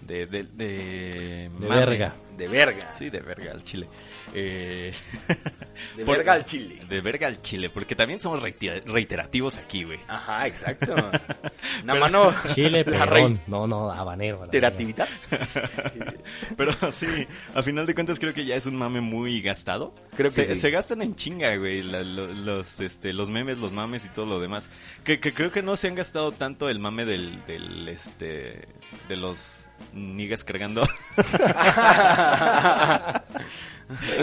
A: De. De. De,
B: De
A: mame.
B: verga.
C: De verga.
A: Sí, de verga al chile. Eh,
C: De verga al chile.
A: De verga al chile, porque también somos reite- reiterativos aquí, güey. [LAUGHS]
C: Ajá, exacto. Nada mano.
B: Chile,
C: [LAUGHS] la
B: perrón. No, no, habanero.
C: reiteratividad.
A: [LAUGHS] Pero sí, a final de cuentas creo que ya es un mame muy gastado.
C: Creo que
A: se,
C: sí.
A: se gastan en chinga, güey, la- lo- los, este, los memes, los mames y todo lo demás. Que, que creo que no se han gastado tanto el mame del, del este, de los niggas cargando, [LAUGHS]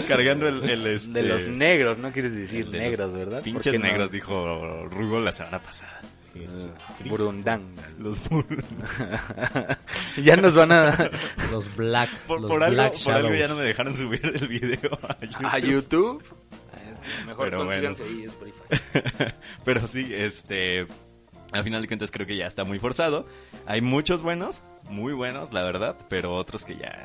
A: cargando el, el, este,
C: De los negros, no quieres
A: el
C: decir
A: de los
C: negros, ¿verdad?
A: Pinches
C: Porque no-
A: negros, dijo Rugo la semana pasada.
C: Ah,
A: Ah,
C: Burundanga.
A: Los mur-
C: Ya nos
A: [LAUGHS]
C: van a
B: Los black.
A: por,
B: los
A: por algo,
B: black
A: por algo ya
B: Shadows.
A: no me dejaron subir el video a YouTube.
C: [LAUGHS] a YouTube. Mejor
A: Pero
C: consíganse
A: bueno. [LAUGHS]
C: ahí Spotify.
A: Pero sí, este. Al final de cuentas creo que ya está muy forzado. Hay muchos buenos, muy buenos, la verdad, pero otros que ya.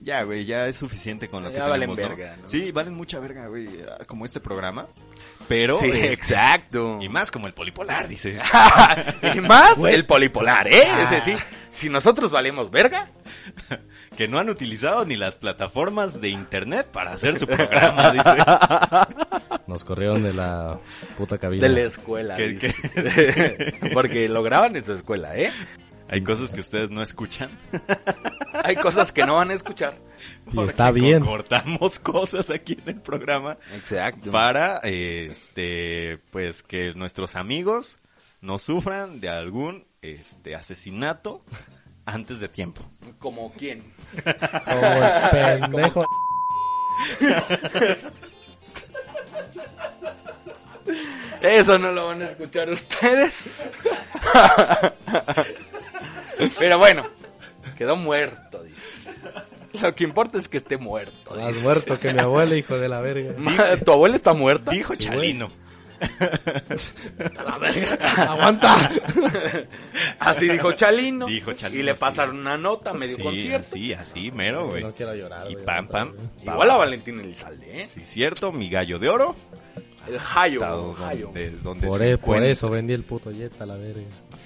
A: Ya, güey, ya es suficiente con lo
C: Ya
A: que
C: valen
A: tenemos, ¿no?
C: verga, ¿no?
A: Sí, valen mucha verga, güey, como este programa. Pero.
C: Sí,
A: este,
C: exacto. [LAUGHS]
A: Y más como el polipolar, dice.
C: Y más
B: Güey.
C: el polipolar, ¿eh?
B: Ah.
C: Es decir, si nosotros valemos verga,
A: que no han utilizado ni las plataformas de internet para hacer su programa, dice.
B: Nos corrieron de la puta cabina.
C: de la escuela.
A: Que-
C: dice. [LAUGHS] Porque lo graban en su escuela, ¿eh?
A: Hay cosas que ustedes no escuchan.
C: Hay cosas que no van a escuchar.
B: Y
A: porque
B: está bien.
A: Cortamos cosas aquí en el programa
C: Exacto.
A: para, eh, este, pues que nuestros amigos no sufran de algún, este, asesinato antes de tiempo.
D: ¿Como quién?
B: Como el pendejo.
C: Eso no lo van a escuchar
A: [LAUGHS]
C: ustedes. Pero bueno, quedó muerto, dice. Lo que importa es que esté muerto.
B: Más muerto que mi abuela, hijo de la verga.
C: dice. [LAUGHS] ¿Tu abuela está muerta?
A: Dijo Chalino.
B: [LAUGHS] ¡Aguanta!
C: Así Ah, dijo Chalino.
A: Dijo Chalino,
C: Y le
A: sí.
C: pasaron una nota medio
A: Sí,
C: concierto.
A: así, así, mero, güey.
B: No quiero llorar.
A: Y
B: güey,
A: pam, pam.
B: aguanta, güey.
C: Igual a Valentín Elizalde, ¿eh?
A: Sí, cierto, mi gallo de oro.
C: El Jayo.
A: Estado
C: Jayo.
A: donde, donde
B: Por,
A: se
B: e- por
A: encuentra.
B: eso vendí el puto jet a la verga.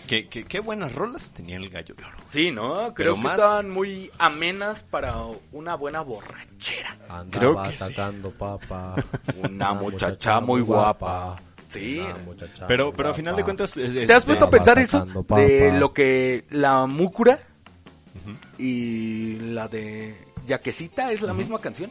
A: Qué, qué- qué buenas rolas tenía el gallo de oro.
C: Sí, ¿no?
A: Pero
C: Creo que
A: más-
C: estaban muy amenas para una buena borrachera.
B: Andaba
A: Creo que sí.
B: sacando
A: [LAUGHS]
B: papa.
C: Una muchacha muy guapa. Sí.
B: Una muchacha
A: Pero,
B: muy
A: pero al final de
B: guapa.
A: cuentas... eh,
C: ¿Te has
A: este,
C: puesto a
B: Estaba
C: pensar eso?
B: sacando papa.
C: De lo que la Múcura y la de Yaquecita es la misma canción,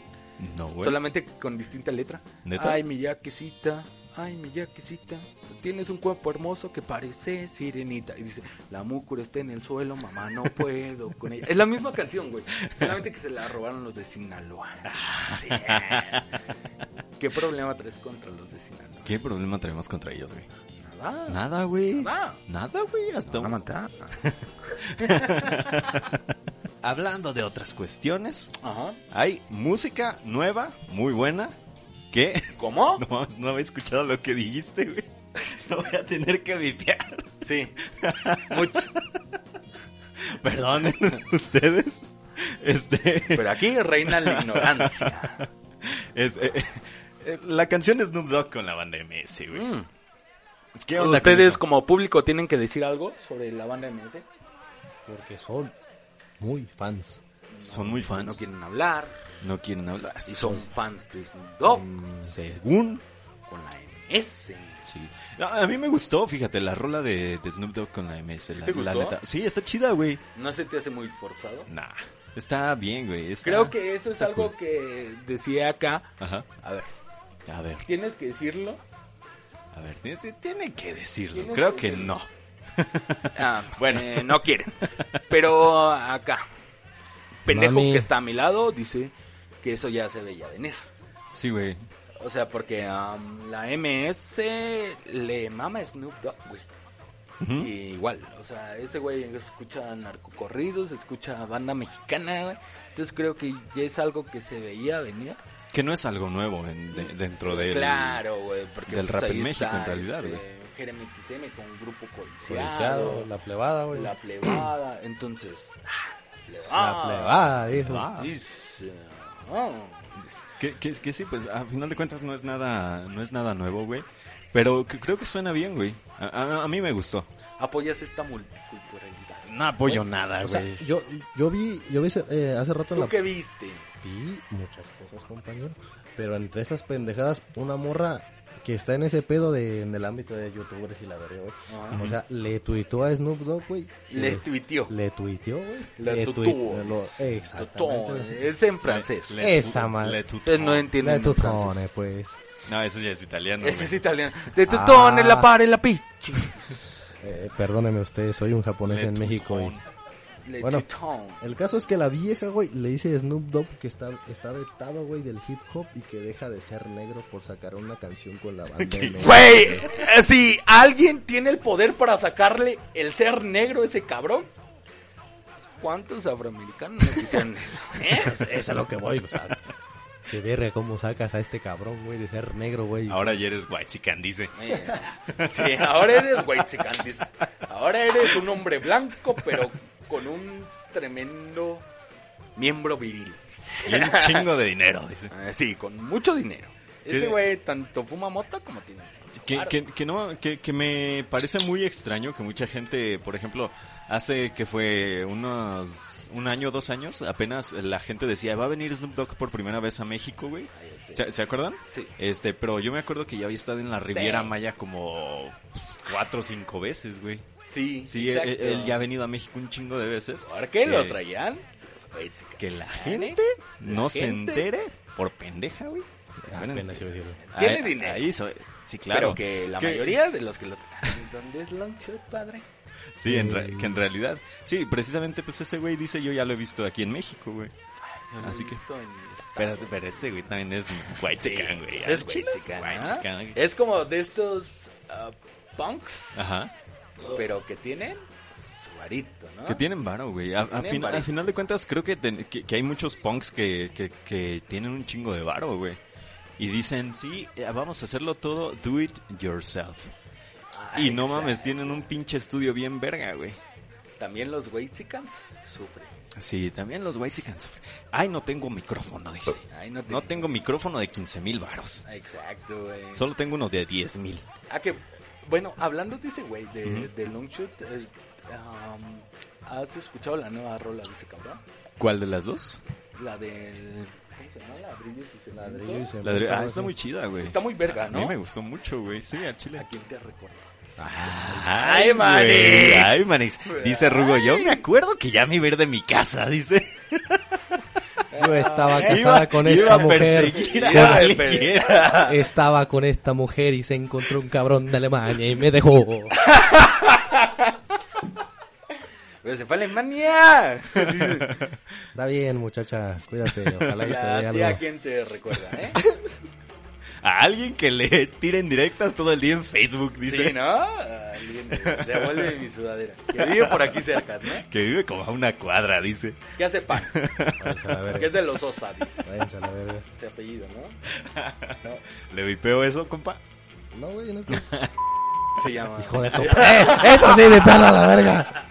A: No, güey.
C: solamente con distinta letra.
A: ¿Neta?
C: Ay, mi Yaquecita, ay, mi Yaquecita, tienes un cuerpo hermoso que parece sirenita. Y dice, la Múcura está en el suelo, mamá, no puedo con ella. Es la misma canción, güey, solamente que se la robaron los de Sinaloa.
A: Ah.
C: Sí. ¿Qué problema traes contra los de Sinaloa? Ah.
A: ¿Qué problema tenemos contra ellos, güey?
C: Nada.
A: Nada, güey.
C: Nada.
A: Nada, güey. Hasta
C: Van a
A: un-
C: matar.
A: Hablando de otras cuestiones,
C: Ajá.
A: hay música nueva, muy buena, que... [LAUGHS]
C: ¿Cómo?
A: No, mames, no había escuchado lo que dijiste, güey. Lo voy a tener que vipear. [LAUGHS]
C: Sí. Mucho.
A: Perdonen [LAUGHS] ustedes. Este...
C: Pero aquí reina la ignorancia.
A: Es, eh, eh, eh, la canción es Snoop Dogg con la banda MS, güey.
C: Mm.
A: ¿Qué onda con
C: ¿Ustedes
A: eso?
C: como público tienen que decir algo sobre la banda MS?
B: Porque son muy fans.
A: son muy fans.
C: No quieren hablar
A: No quieren hablar. Mm.
C: y son fans de Snoop Dogg
A: Según.
C: con la MS.
A: Sí. No, a mí me gustó, fíjate, la rola de, de Snoop Dogg con la MS. La,
C: te
A: la
C: gustó?
A: neta. Sí, está chida, güey.
C: ¿No se te hace muy forzado?
A: Nah. Está bien, güey. está-
C: Creo que eso es algo que decía acá.
A: Ajá.
C: A ver,
A: A ver,
C: ¿tienes que decirlo?
A: a ver. Tiene, tiene que decirlo.
C: Tiene
A: Creo
C: que
A: que
C: decirlo.
A: no.
C: Ah, bueno, eh, no quieren. Pero acá, pendejo
B: Mami.
C: que está a mi lado dice que eso ya se veía venir.
A: Sí, güey.
C: O sea, porque am, la MS le mama a Snoop Dogg, güey.
A: Ujú.
C: Y igual, o sea, ese güey escucha narcocorridos, escucha banda mexicana, güey. Entonces creo que ya es algo que se veía venir.
A: Que no es algo nuevo en- de- dentro del.
C: claro, güey, porque
A: del
C: pues,
A: rap
C: ahí
A: en México,
C: está,
A: en realidad,
C: este,
A: güey.
C: Jeremy XM con un grupo codiciado,
B: Policiado, la plebada, güey.
C: la,
B: La,
C: plebada,
A: [CLEARS THROAT]
C: entonces, ah,
B: plebada, hijo.
A: Ah.
C: Dice, ah,
A: Que, que, que sí, pues a final de cuentas no es nada, no es nada nuevo, güey. Pero que- creo que suena bien, güey. A, a- a mí me gustó.
C: apoyas esta multiculturalidad.
A: No apoyo nada,
B: O sea, yo, yo vi, yo vi ese- eh, hace rato en
C: ¿Tú
B: la
C: qué viste?
B: vi muchas cosas, compañero. Pero entre esas pendejadas, una morra que está en ese pedo de, en el ámbito de youtubers y la verga, güey.
C: Ah.
B: O sea, le tuiteó a Snoop Dogg, güey.
C: Le tuiteó.
B: Le tuiteó, güey.
C: La eh.
B: Le
C: tutó.
B: Eh, tuit- lo- Exactamente.
C: Tutó.
B: güey.
C: Es en francés.
A: Le- le
B: Esa
A: tu-
B: madre.
A: le tutó.
C: Ustedes no entienden.
B: Le
C: el
B: tutone,
C: francés.
B: pues.
A: No, eso ya es italiano,
C: Ese
A: güey.
C: Este es italiano. De tutone,
B: Ah.
C: la pare, la pichi.
B: Eh, perdóneme usted, soy un japonés
A: Le
B: en México.
A: tutón.
B: y- [LAUGHS]
C: Le
B: Bueno.
C: tutone.
B: El caso es que la vieja, güey, le dice a Snoop Dogg que está, está vetado, güey, del hip hop y que deja de ser negro por sacar una canción con la banda. MS.
C: Güey, eh, si alguien tiene el poder para sacarle el ser negro a ese cabrón, ¿cuántos afroamericanos no
B: [LAUGHS]
C: quisieran eso? eh? O sea,
B: pues, Es a lo que voy, o sea. [LAUGHS] Qué verga, cómo sacas a este cabrón, güey, de ser negro, güey.
A: Ahora ya eres white dice.
C: eh, Sí, ahora eres white chicantis. Ahora eres un hombre blanco, pero con un tremendo miembro viril.
A: Y un chingo de dinero, dice.
C: Eh, Sí, con mucho dinero.
A: ¿Qué?
C: Ese güey tanto fuma mota como tiene mucho
A: Que,
C: varo.
A: que, que no, que, que me parece muy extraño que mucha gente, por ejemplo, hace que fue unos un año, dos años, apenas la gente decía, va a venir Snoop Dogg por primera vez a México, güey.
C: sí.
A: ¿Se, se acuerdan?
C: Sí.
A: Este, pero yo me acuerdo que ya había estado en la Riviera Maya como cuatro o cinco veces, güey.
C: Sí,
A: Sí, él,
C: exacto.
A: él ya ha venido a México un chingo de veces.
C: ¿Por qué lo
A: Eh,
C: traían? Güey, sí,
A: Que la gente no se
C: gente. Ah,
A: entere por pendeja, güey.
B: Apenas iba a decirlo.
C: Tiene
A: Ahí-
C: dinero.
A: ahí soy- Sí,
C: Claro
A: claro.
C: que la
A: Que-
C: mayoría de los que lo... ¿Dónde es Longshot, padre?
A: Sí, en re- que en realidad. Sí, precisamente, pues ese güey dice: Yo ya lo he visto aquí en México, güey.
C: Yo lo he
A: Así que-
C: visto en-
A: Pero, pero ese güey también es white chican, güey.
C: Es
A: White
C: chilas,
A: chican,
C: ajá.
A: white chican.
C: Es como de estos ah, punks,
A: Ajá.
C: pero que tienen su varito, ¿no?
A: Que tienen varo, güey. A, a
C: Tienen
A: fin-
C: varito.
A: al final de cuentas, creo que, ten- que, que hay muchos punks que, que, que tienen un chingo de varo, güey. Y dicen, sí, eh, vamos a hacerlo todo, do it yourself.
C: Ah,
A: y no
C: exacto.
A: mames, tienen un pinche estudio bien verga, güey.
C: También los Wexicans sufren.
A: Sí, también los white chicans. Ay, no tengo micrófono, dice.
C: Ay, no te-
A: No tengo micrófono de 15 mil varos.
C: Exacto, güey.
A: Solo tengo uno de 10 mil.
C: Ah, que, bueno, hablando de ese güey, de,
A: Ujú.
C: de Longshot, eh, um, ¿has escuchado la nueva rola de ese cabrón?
A: ¿Cuál de las dos?
C: La del... ¿Cómo se llama? Ladrillo y su
B: Ladrillo y
C: cemento.
A: La de-
B: cemento,
A: ah, está
B: sí.
A: muy chida, güey.
C: Está muy verga,
A: A mí
C: ¿no?
A: me gustó mucho, güey. Sí, a Chile.
C: ¿A quién te recuerda?
A: Ay, Manix. Ay, Manix. Dice Rugo, yo me acuerdo que ya me iba a ir de mi casa, [LAUGHS] dice.
B: Yo estaba
A: Iba-
B: casada con
A: iba
B: esta
A: a
B: mujer.
A: perseguir a
B: Con-
A: cualquiera.
B: Estaba con esta mujer y se encontró un cabrón de Alemania y me dejó.
C: ¡Pero se fue a Alemania!
B: Está bien, muchacha, cuídate. Ojalá que te dé
C: La tía, ¿a
B: algo.
C: quién te recuerda,
A: [LAUGHS]
C: eh?
A: A alguien que le tiren directas todo el día en Facebook, dice.
C: Sí, ¿no? Alguien devuelve mi sudadera. Que vive por aquí cerca, ¿no?
A: Que vive como a una cuadra, dice.
C: Que
A: [LAUGHS]
C: hace pan.
B: Váyanse a la
C: Que es
B: verga.
C: de los Osadis.
B: Váyanse a la verga.
C: Ese apellido, ¿no?
A: ¿Le vipeo eso, compa?
B: No, güey, no creo.
C: Se llama.
B: Hijo de tu- ¡Eh! ¡Eso sí, mi perro a la verga!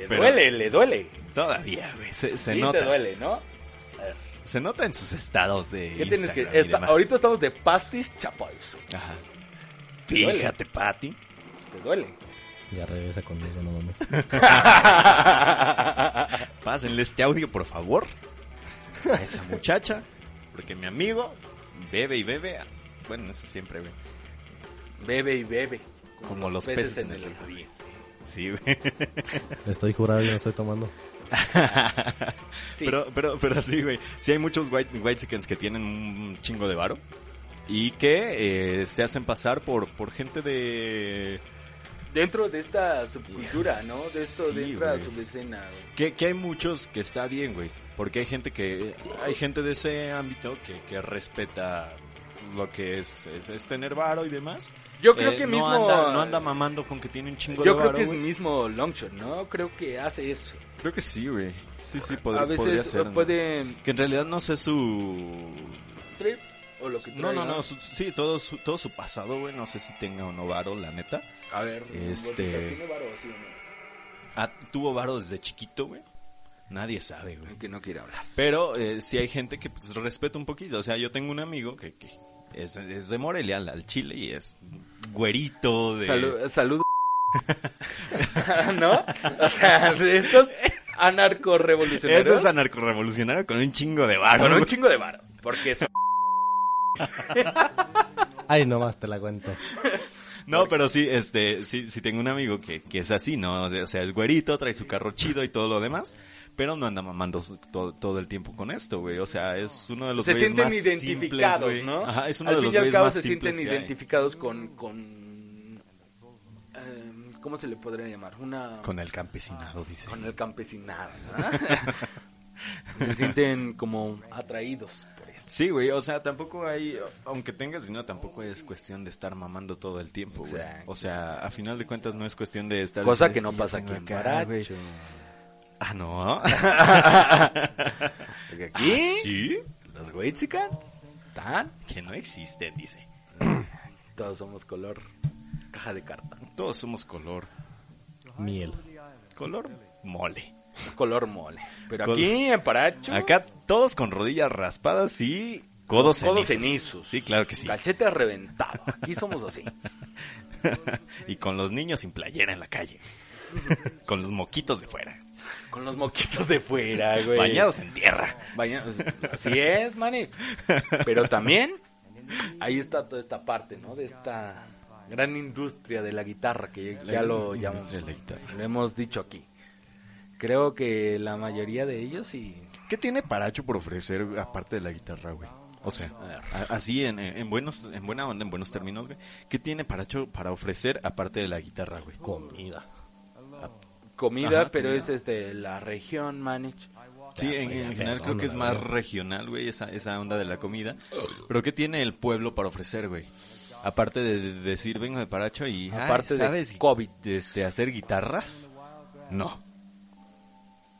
C: Le
A: Pero-
C: duele, le duele.
A: Todavía, güey. Se, se
C: sí,
A: nota.
C: te duele, ¿no?
A: Se nota en sus estados de
C: ¿Qué tienes que.?
A: Instagram y
C: esta-
A: demás.
C: ahorita estamos de pastis chapois.
A: Ajá. Fíjate, Pati.
C: Te duele.
B: Ya regresa conmigo, no mames. [LAUGHS]
A: [LAUGHS] Pásenle este audio, por favor. A esa muchacha. Porque mi amigo bebe y bebe. Bueno, eso siempre, güey.
C: Bebe y bebe.
A: Como, los peces, en el río.
C: río.
A: Sí, güey.
B: Estoy jurado y no estoy tomando.
C: Sí.
A: Pero, pero, pero [LAUGHS] sí, güey. Sí hay muchos white, white chickens que tienen un chingo de varo. Y que eh, se hacen pasar por, por gente de...
C: Dentro de esta subcultura, ¿no? De esto,
A: Sí,
C: dentro de
A: güey.
C: la subescena, güey.
A: Que, que hay muchos que está bien, güey. Porque hay gente que... Hay gente de ese ámbito que, que respeta lo que es, es, es tener varo y demás. Eh,
C: Yo creo que
A: no
C: mismo-
A: Anda, no anda mamando con que tiene un chingo
C: Yo
A: de
C: creo
A: varo,
C: que es
A: güey.
C: mismo Longshot, ¿no? Creo que hace eso.
A: Creo que sí, güey. Sí, sí, pod-
C: a veces
A: podría ser. ¿no?
C: puede
A: Que en realidad no sé su...
C: trip o lo que
A: No,
C: trae,
A: no, no. su- sí, todo su, todo su pasado, güey. No sé si tenga o no varo, la neta.
C: A ver,
A: Este-
C: Bolívar, ¿tiene varo así o no?
A: Ah, tuvo varo desde chiquito, güey. Nadie sabe, güey.
C: Que no quiere hablar.
A: Pero eh, sí hay gente que pues, respeta un poquito. O sea, yo tengo un amigo que, que es, es de Morelia, al, al Chile, y es güerito de...
C: Salu- salud. [LAUGHS] ¿No? O sea, de esos anarcorrevolucionarios.
A: Eso es anarcorrevolucionario con un chingo de varo.
C: Con un
A: güey.
C: chingo de varo. Porque eso.
B: Ay, nomás te la cuento.
A: No, pero sí, este, sí, sí tengo un amigo que, que es así, ¿no? O sea, es güerito, trae su carro chido y todo lo demás, pero no anda mamando su- todo, todo el tiempo con esto, güey. O sea, es uno de los
C: Se
A: güeyes
C: sienten
A: más
C: identificados,
A: simples, güey.
C: ¿no?
A: Ajá, es uno
C: al
A: de
C: fin
A: los
C: y al
A: güeyes
C: cabo
A: más
C: se
A: simples
C: sienten
A: que hay.
C: identificados con. con eh, ¿Cómo se le podría llamar? Una.
A: Con el campesinado, dice.
C: con el campesinado, ¿no?
A: [LAUGHS]
C: [LAUGHS] se sienten como atraídos por eso.
A: Sí, güey, o sea, tampoco hay, aunque tengas dinero, tampoco es cuestión de estar mamando todo el tiempo, güey.
C: Exacto.
A: O sea, a final de cuentas no es cuestión de estar...
C: Cosa
A: "Es
C: que no
A: yo
C: pasa
A: tengo
C: aquí en
A: acá, güey".
C: Baracho.
A: Ah,
C: [LAUGHS]
A: no.
C: Porque aquí
A: ¿Ah, [LAUGHS] sí?
C: los Wexicans están.
A: Que no existen, dice.
C: Todos somos color caja de carta.
A: Todos somos color.
B: Miel.
A: Color mole.
C: Color mole. Pero
A: Col-
C: aquí en Paracho.
A: Acá todos con rodillas raspadas y codos, cenizos.
C: Codos cenizos.
A: Sí, claro que sí.
C: Cachete reventado. Aquí somos así.
A: [LAUGHS] y con los niños sin playera en la
C: [LAUGHS]
A: calle. con los moquitos de fuera.
C: Con los moquitos de fuera, güey.
A: Bañados en tierra.
C: Bañados. Así es, mani. Pero también ahí está toda esta parte, ¿no? De esta gran industria de la guitarra que ya lo llamamos.
A: industria de la guitarra.
C: Lo hemos dicho aquí. Creo que la mayoría de ellos sí.
A: ¿Qué tiene Paracho por ofrecer güey, aparte de la guitarra, güey? O sea, a- así en, en buenos, en buena onda, en buenos términos, güey. ¿Qué tiene Paracho para ofrecer aparte de la guitarra, güey?
B: Comida.
C: Comida,
A: Ajá,
C: pero
A: comida.
C: es este la región, manich.
A: Sí, en, en general creo que es más regional, güey, esa, esa onda de la comida. Pero ¿qué tiene el pueblo para ofrecer, güey? Aparte de de decir vengo de Paracho y ay,
C: Aparte de
A: ¿sabes
C: COVID.
A: Este, hacer guitarras, no.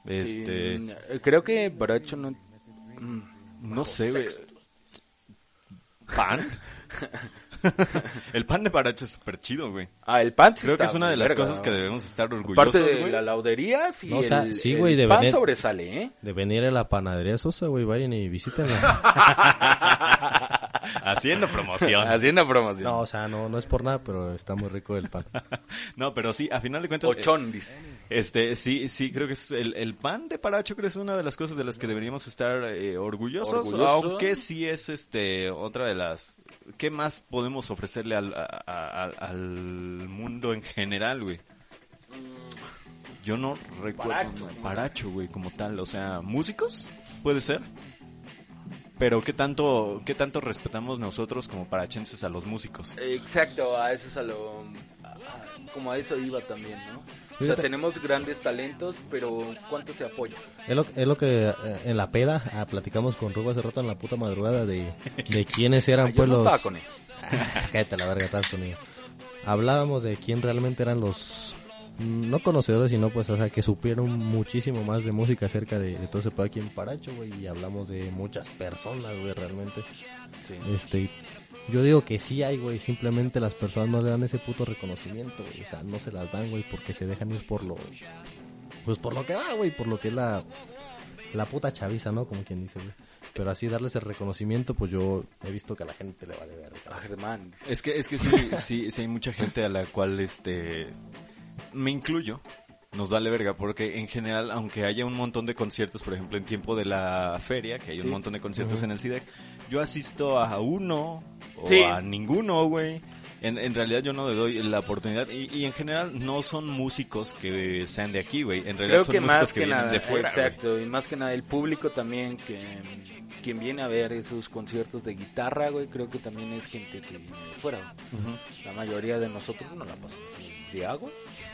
C: Sí,
A: Este,
C: mm, creo que Bracho no. mm,
A: no sé, güey. ¿Pan? [LAUGHS] el pan de Paracho es súper chido, güey.
C: Ah, el pan sí
A: Creo que
C: está
A: es una de
C: muy
A: las
C: verga,
A: cosas que
C: ¿no?
A: debemos estar orgullosos,
C: Aparte de
A: güey.
C: la laudería, sí,
B: No, o sea,
C: el,
B: sí,
C: el
B: güey, de
C: pan
B: Venet-
C: sobresale, ¿eh?
B: De venir a la panadería Sosa, güey, vayan y visítenla.
A: [LAUGHS]
C: [LAUGHS]
A: Haciendo promoción.
C: Haciendo promoción.
B: No, o sea, no, no es por nada, pero está muy rico el pan.
A: No, pero sí, a final de cuentas... eh,
C: Ochón, dice.
A: Este, sí, sí, creo que es el, el pan de Paracho, creo que es una de las cosas de las que deberíamos estar eh, orgullosos,
C: Orgulloso.
A: aunque sí es este otra de las ¿qué más podemos ofrecerle al, a- a- al- al mundo en general, güey? Yo no recuerdo Paracho, güey, como tal, o sea, músicos puede ser. Pero qué tanto qué tanto respetamos nosotros como parachenses a los músicos?
C: eh, Exacto, a eso es a lo... a- a- como a eso iba también, ¿no? O sea,
B: Fíjate.
C: tenemos grandes talentos, pero ¿cuánto se apoya?
B: Es lo, es lo que eh, en la peda ah, platicamos con Rugo hace rato en la puta madrugada de, de quiénes eran
C: Ah, yo
B: pues
C: no
B: los...
C: estaba con él.
B: Ah, [LAUGHS] Cállate la verga, estás con ella. Hablábamos de quién realmente eran los... mm, No conocedores, sino pues, o sea, que supieron muchísimo más de música acerca de, de todo ese pedo aquí en Paracho, güey. Y hablamos de muchas personas, güey, realmente. Este, yo digo que sí hay, güey. Simplemente las personas no le dan ese puto reconocimiento, güey. O sea, no se las dan, güey, porque se dejan ir por lo. Pues por lo que va, güey. Por lo que es la. La puta chaviza, ¿no? Como quien dice, güey. Pero así darles el reconocimiento, pues yo he visto que a la gente le vale ver.
C: A Ah, Germán, dice.
A: Es que, es que
C: [LAUGHS]
A: sí, sí, sí hay mucha gente a la cual, este, me incluyo, nos vale verga, porque en general, aunque haya un montón de conciertos, por ejemplo, en tiempo de la feria, que hay un montón de conciertos en el CIDEC, E yo asisto a uno o
C: Sí.
A: a ninguno, güey. En, en realidad yo no le doy la oportunidad y, y en general no son músicos que sean de aquí, güey. En realidad
C: Creo
A: son
C: que
A: músicos
C: más
A: que,
C: que,
A: vienen
C: nada,
A: de fuera. güey.
C: exacto, y más que nada el público también, que mm, quien viene a ver esos conciertos de guitarra, güey, creo que también es gente que viene de fuera. güey. La mayoría de nosotros no la pasamos embriagos,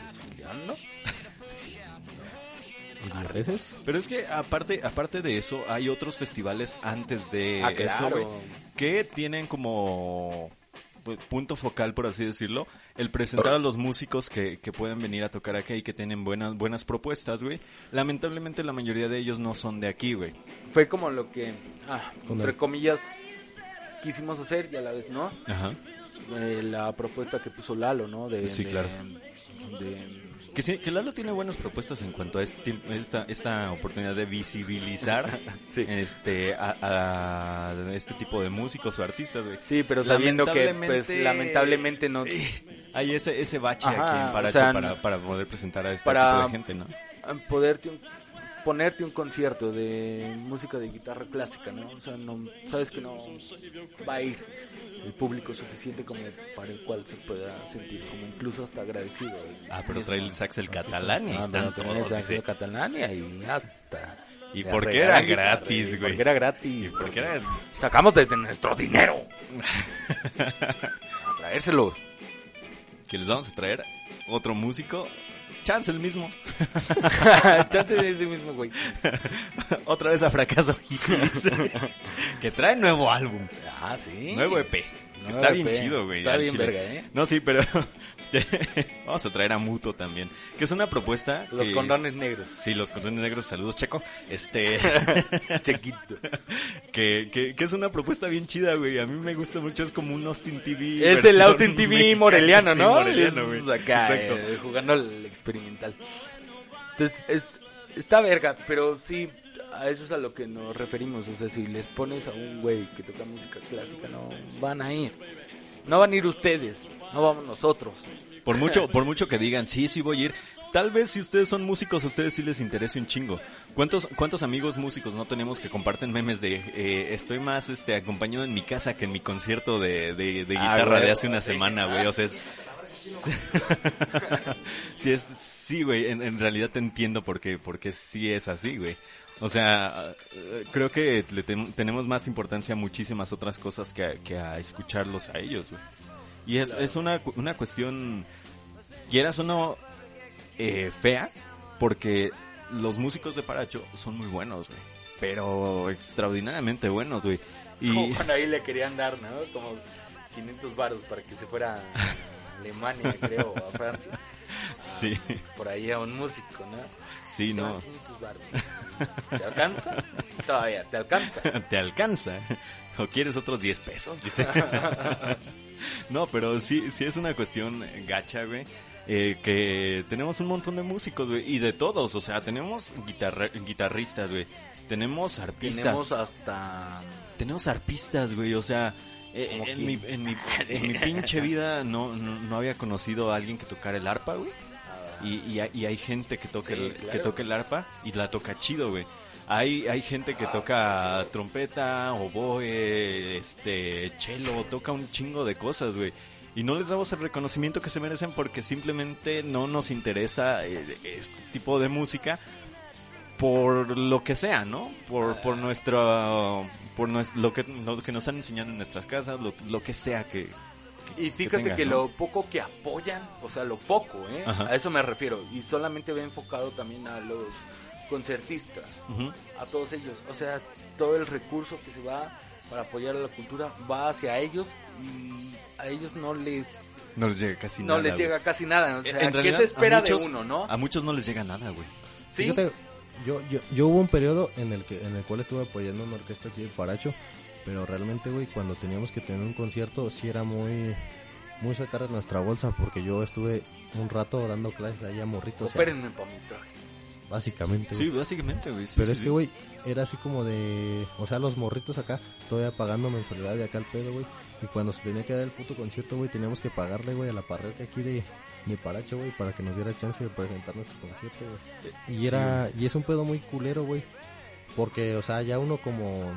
C: estudiando.
B: ¿Idioteces?
A: Pero es que aparte, aparte de eso, hay otros festivales antes de
C: Ah,
A: eso,
C: claro.
A: güey, que tienen como pues, punto focal, por así decirlo, el presentar a los músicos que, que pueden venir a tocar acá y que tienen buenas, buenas propuestas, güey. Lamentablemente la mayoría de ellos no son de aquí, güey.
C: Fue como lo que, ah,
B: Con
C: entre
B: el-
C: comillas, quisimos hacer y a la vez no.
A: Ajá.
C: Eh, la propuesta que puso Lalo, ¿no? De,
A: Sí,
C: de-
A: claro.
C: de-
A: Que, sí, que Lalo tiene buenas propuestas en cuanto a este tiemp- esta, esta oportunidad de visibilizar
C: [LAUGHS] Sí.
A: este, a, a este tipo de músicos o artistas, güey.
C: sí, pero sabiendo que, pues,
A: Lamentablemente- eh,
C: lamentablemente eh, no.
A: Hay ese, ese bache
C: Ajá,
A: aquí en Paracho
C: o sea,
A: para,
C: no-
A: para poder presentar a este
C: para-
A: tipo de gente, ¿no?
C: Poderte un- ponerte un concierto de música de guitarra clásica, ¿no? O sea, no, sabes que no va a ir el público suficiente como para el cual se pueda sentir como incluso hasta agradecido. güey.
A: Ah, pero trae el sax el catalán y
C: Ah,
A: están
C: pero tenés
A: todos,
C: acceso
A: dice.
C: a Catalania y hasta.
A: Y
C: le
A: porque era
C: regalan guitarra,
A: gratis,
C: y
A: güey.
C: Porque era gratis.
A: Y porque era-
C: Sacamos de nuestro dinero. a traérselo.
A: Que les vamos a traer otro músico, chance el mismo. [LAUGHS]
C: Chance de ese mismo, güey.
A: Otra vez a fracaso hippies. [LAUGHS] que trae nuevo álbum,
C: Ah, sí.
A: nuevo E EP.
C: Nuevo
A: Está bien
C: EP.
A: chido, güey.
C: Está
A: al
C: bien
A: chile.
C: verga, ¿eh?
A: No, sí, pero [LAUGHS] vamos a traer a Muto también. Que es una propuesta.
C: Los
A: que-
C: condones
A: [LAUGHS]
C: negros.
A: Sí, los condones negros, saludos, Checo.
C: [LAUGHS]
A: Este.
C: Chiquito.
A: Que, que, que es una propuesta bien chida, güey. A mí me gusta mucho, es como un Austin TV.
C: Es
A: versión
C: el Austin TV
A: mexicano,
C: moreliano,
A: sí,
C: ¿no?
A: moreliano,
C: Es
A: güey.
C: acá,
A: Exacto.
C: eh, jugando al experimental. Entonces, es- está verga, pero sí, a eso es a lo que nos referimos. O sea, si les pones a un güey que toca música clásica, no van a ir. No van a ir ustedes, no vamos nosotros.
A: Por mucho, por mucho que digan, sí, sí voy a ir. Tal vez si ustedes son músicos, a ustedes sí les interese un chingo. ¿Cuántos, cuántos amigos músicos no tenemos que comparten memes de eh, estoy más este acompañado en mi casa que en mi concierto de, de, de
C: Ah,
A: guitarra
C: güey.
A: de hace una semana, güey? O sea, es, [LAUGHS] sí, es, sí, güey, en, en realidad te entiendo porque, porque sí es así, güey. O sea, eh, creo que le tem- tenemos más importancia a muchísimas otras cosas que a, que a escucharlos a ellos, güey. Y es, es una, cu- una cuestión, quieras o no, eh, fea, porque los músicos de Paracho son muy buenos, güey. Pero extraordinariamente buenos, güey. Y...
C: Como cuando ahí le querían dar, ¿no? Como 500 varos para que se fuera a Alemania, creo, o a Francia.
A: [LAUGHS]
C: Ah,
A: Sí,
C: Por ahí a un músico, ¿no?
A: [LAUGHS] sí,
C: Te
A: no.
C: van 500 varos. ¿Te alcanza? Todavía, te alcanza.
A: ¿Te alcanza? [LAUGHS] ¿O quieres otros 10 pesos? Dice. [LAUGHS] no, pero sí, sí es una cuestión gacha, güey. eh, que tenemos un montón de músicos, güey. Y de todos, o sea, tenemos guitarra- guitarristas, güey. Tenemos arpistas.
C: Tenemos hasta...
A: tenemos arpistas, güey, o sea, eh,
C: ¿Cómo
A: en
C: quién?
A: mi, en, mi, en mi pinche vida no, no, no había conocido a alguien que tocara el arpa, güey. Y, y, hay- y hay gente que toca,
C: Sí,
A: el,
C: claro.
A: que toca el arpa y la toca chido, güey. Hay, hay gente
C: Ah,
A: que toca trompeta, oboe, este, chelo, toca un chingo de cosas, güey. Y no les damos el reconocimiento que se merecen porque simplemente no nos interesa eh, este tipo de música por lo que sea, ¿no? Por,
C: Ah.
A: por nuestro, por nues- lo que, lo que nos han enseñado en nuestras casas, lo, lo que sea que,
C: Y fíjate que,
A: tengan, ¿no?
C: lo poco que apoyan, o sea, lo poco, ¿eh?
A: Ajá.
C: A eso me refiero. Y solamente ve enfocado también a los concertistas,
A: Ujú.
C: a todos ellos. O sea, todo el recurso que se va para apoyar a la cultura va hacia ellos y a ellos no les
A: no les llega casi
C: no
A: nada.
C: les
A: güey.
C: llega casi nada. O
A: Eh, En
C: sea,
A: realidad,
C: ¿qué
A: a
C: se espera
A: muchos-
C: de uno, no?
A: A muchos no les llega nada, güey.
C: Sí,
B: Fíjate, yo, yo, yo hubo un periodo en el que en el cual estuve apoyando una orquesta aquí de Paracho, pero realmente, güey, cuando teníamos que tener un concierto, sí era muy muy sacar de nuestra bolsa, porque yo estuve un rato dando clases ahí a morritos, o sea,
C: espérenme para mi traje.
B: básicamente.
A: Sí,
B: güey.
A: básicamente, güey. sí,
B: pero
A: sí,
B: es
A: sí.
B: que, güey, era así como de, o sea, los morritos acá, todavía pagando mensualidad de acá al pedo, güey, y cuando se tenía que dar el puto concierto, güey, teníamos que pagarle, güey, a la parroquia aquí de de Paracho, güey, para que nos diera chance de presentar nuestro concierto, güey. Y era y es un pedo muy culero, güey. Porque, o sea, ya uno como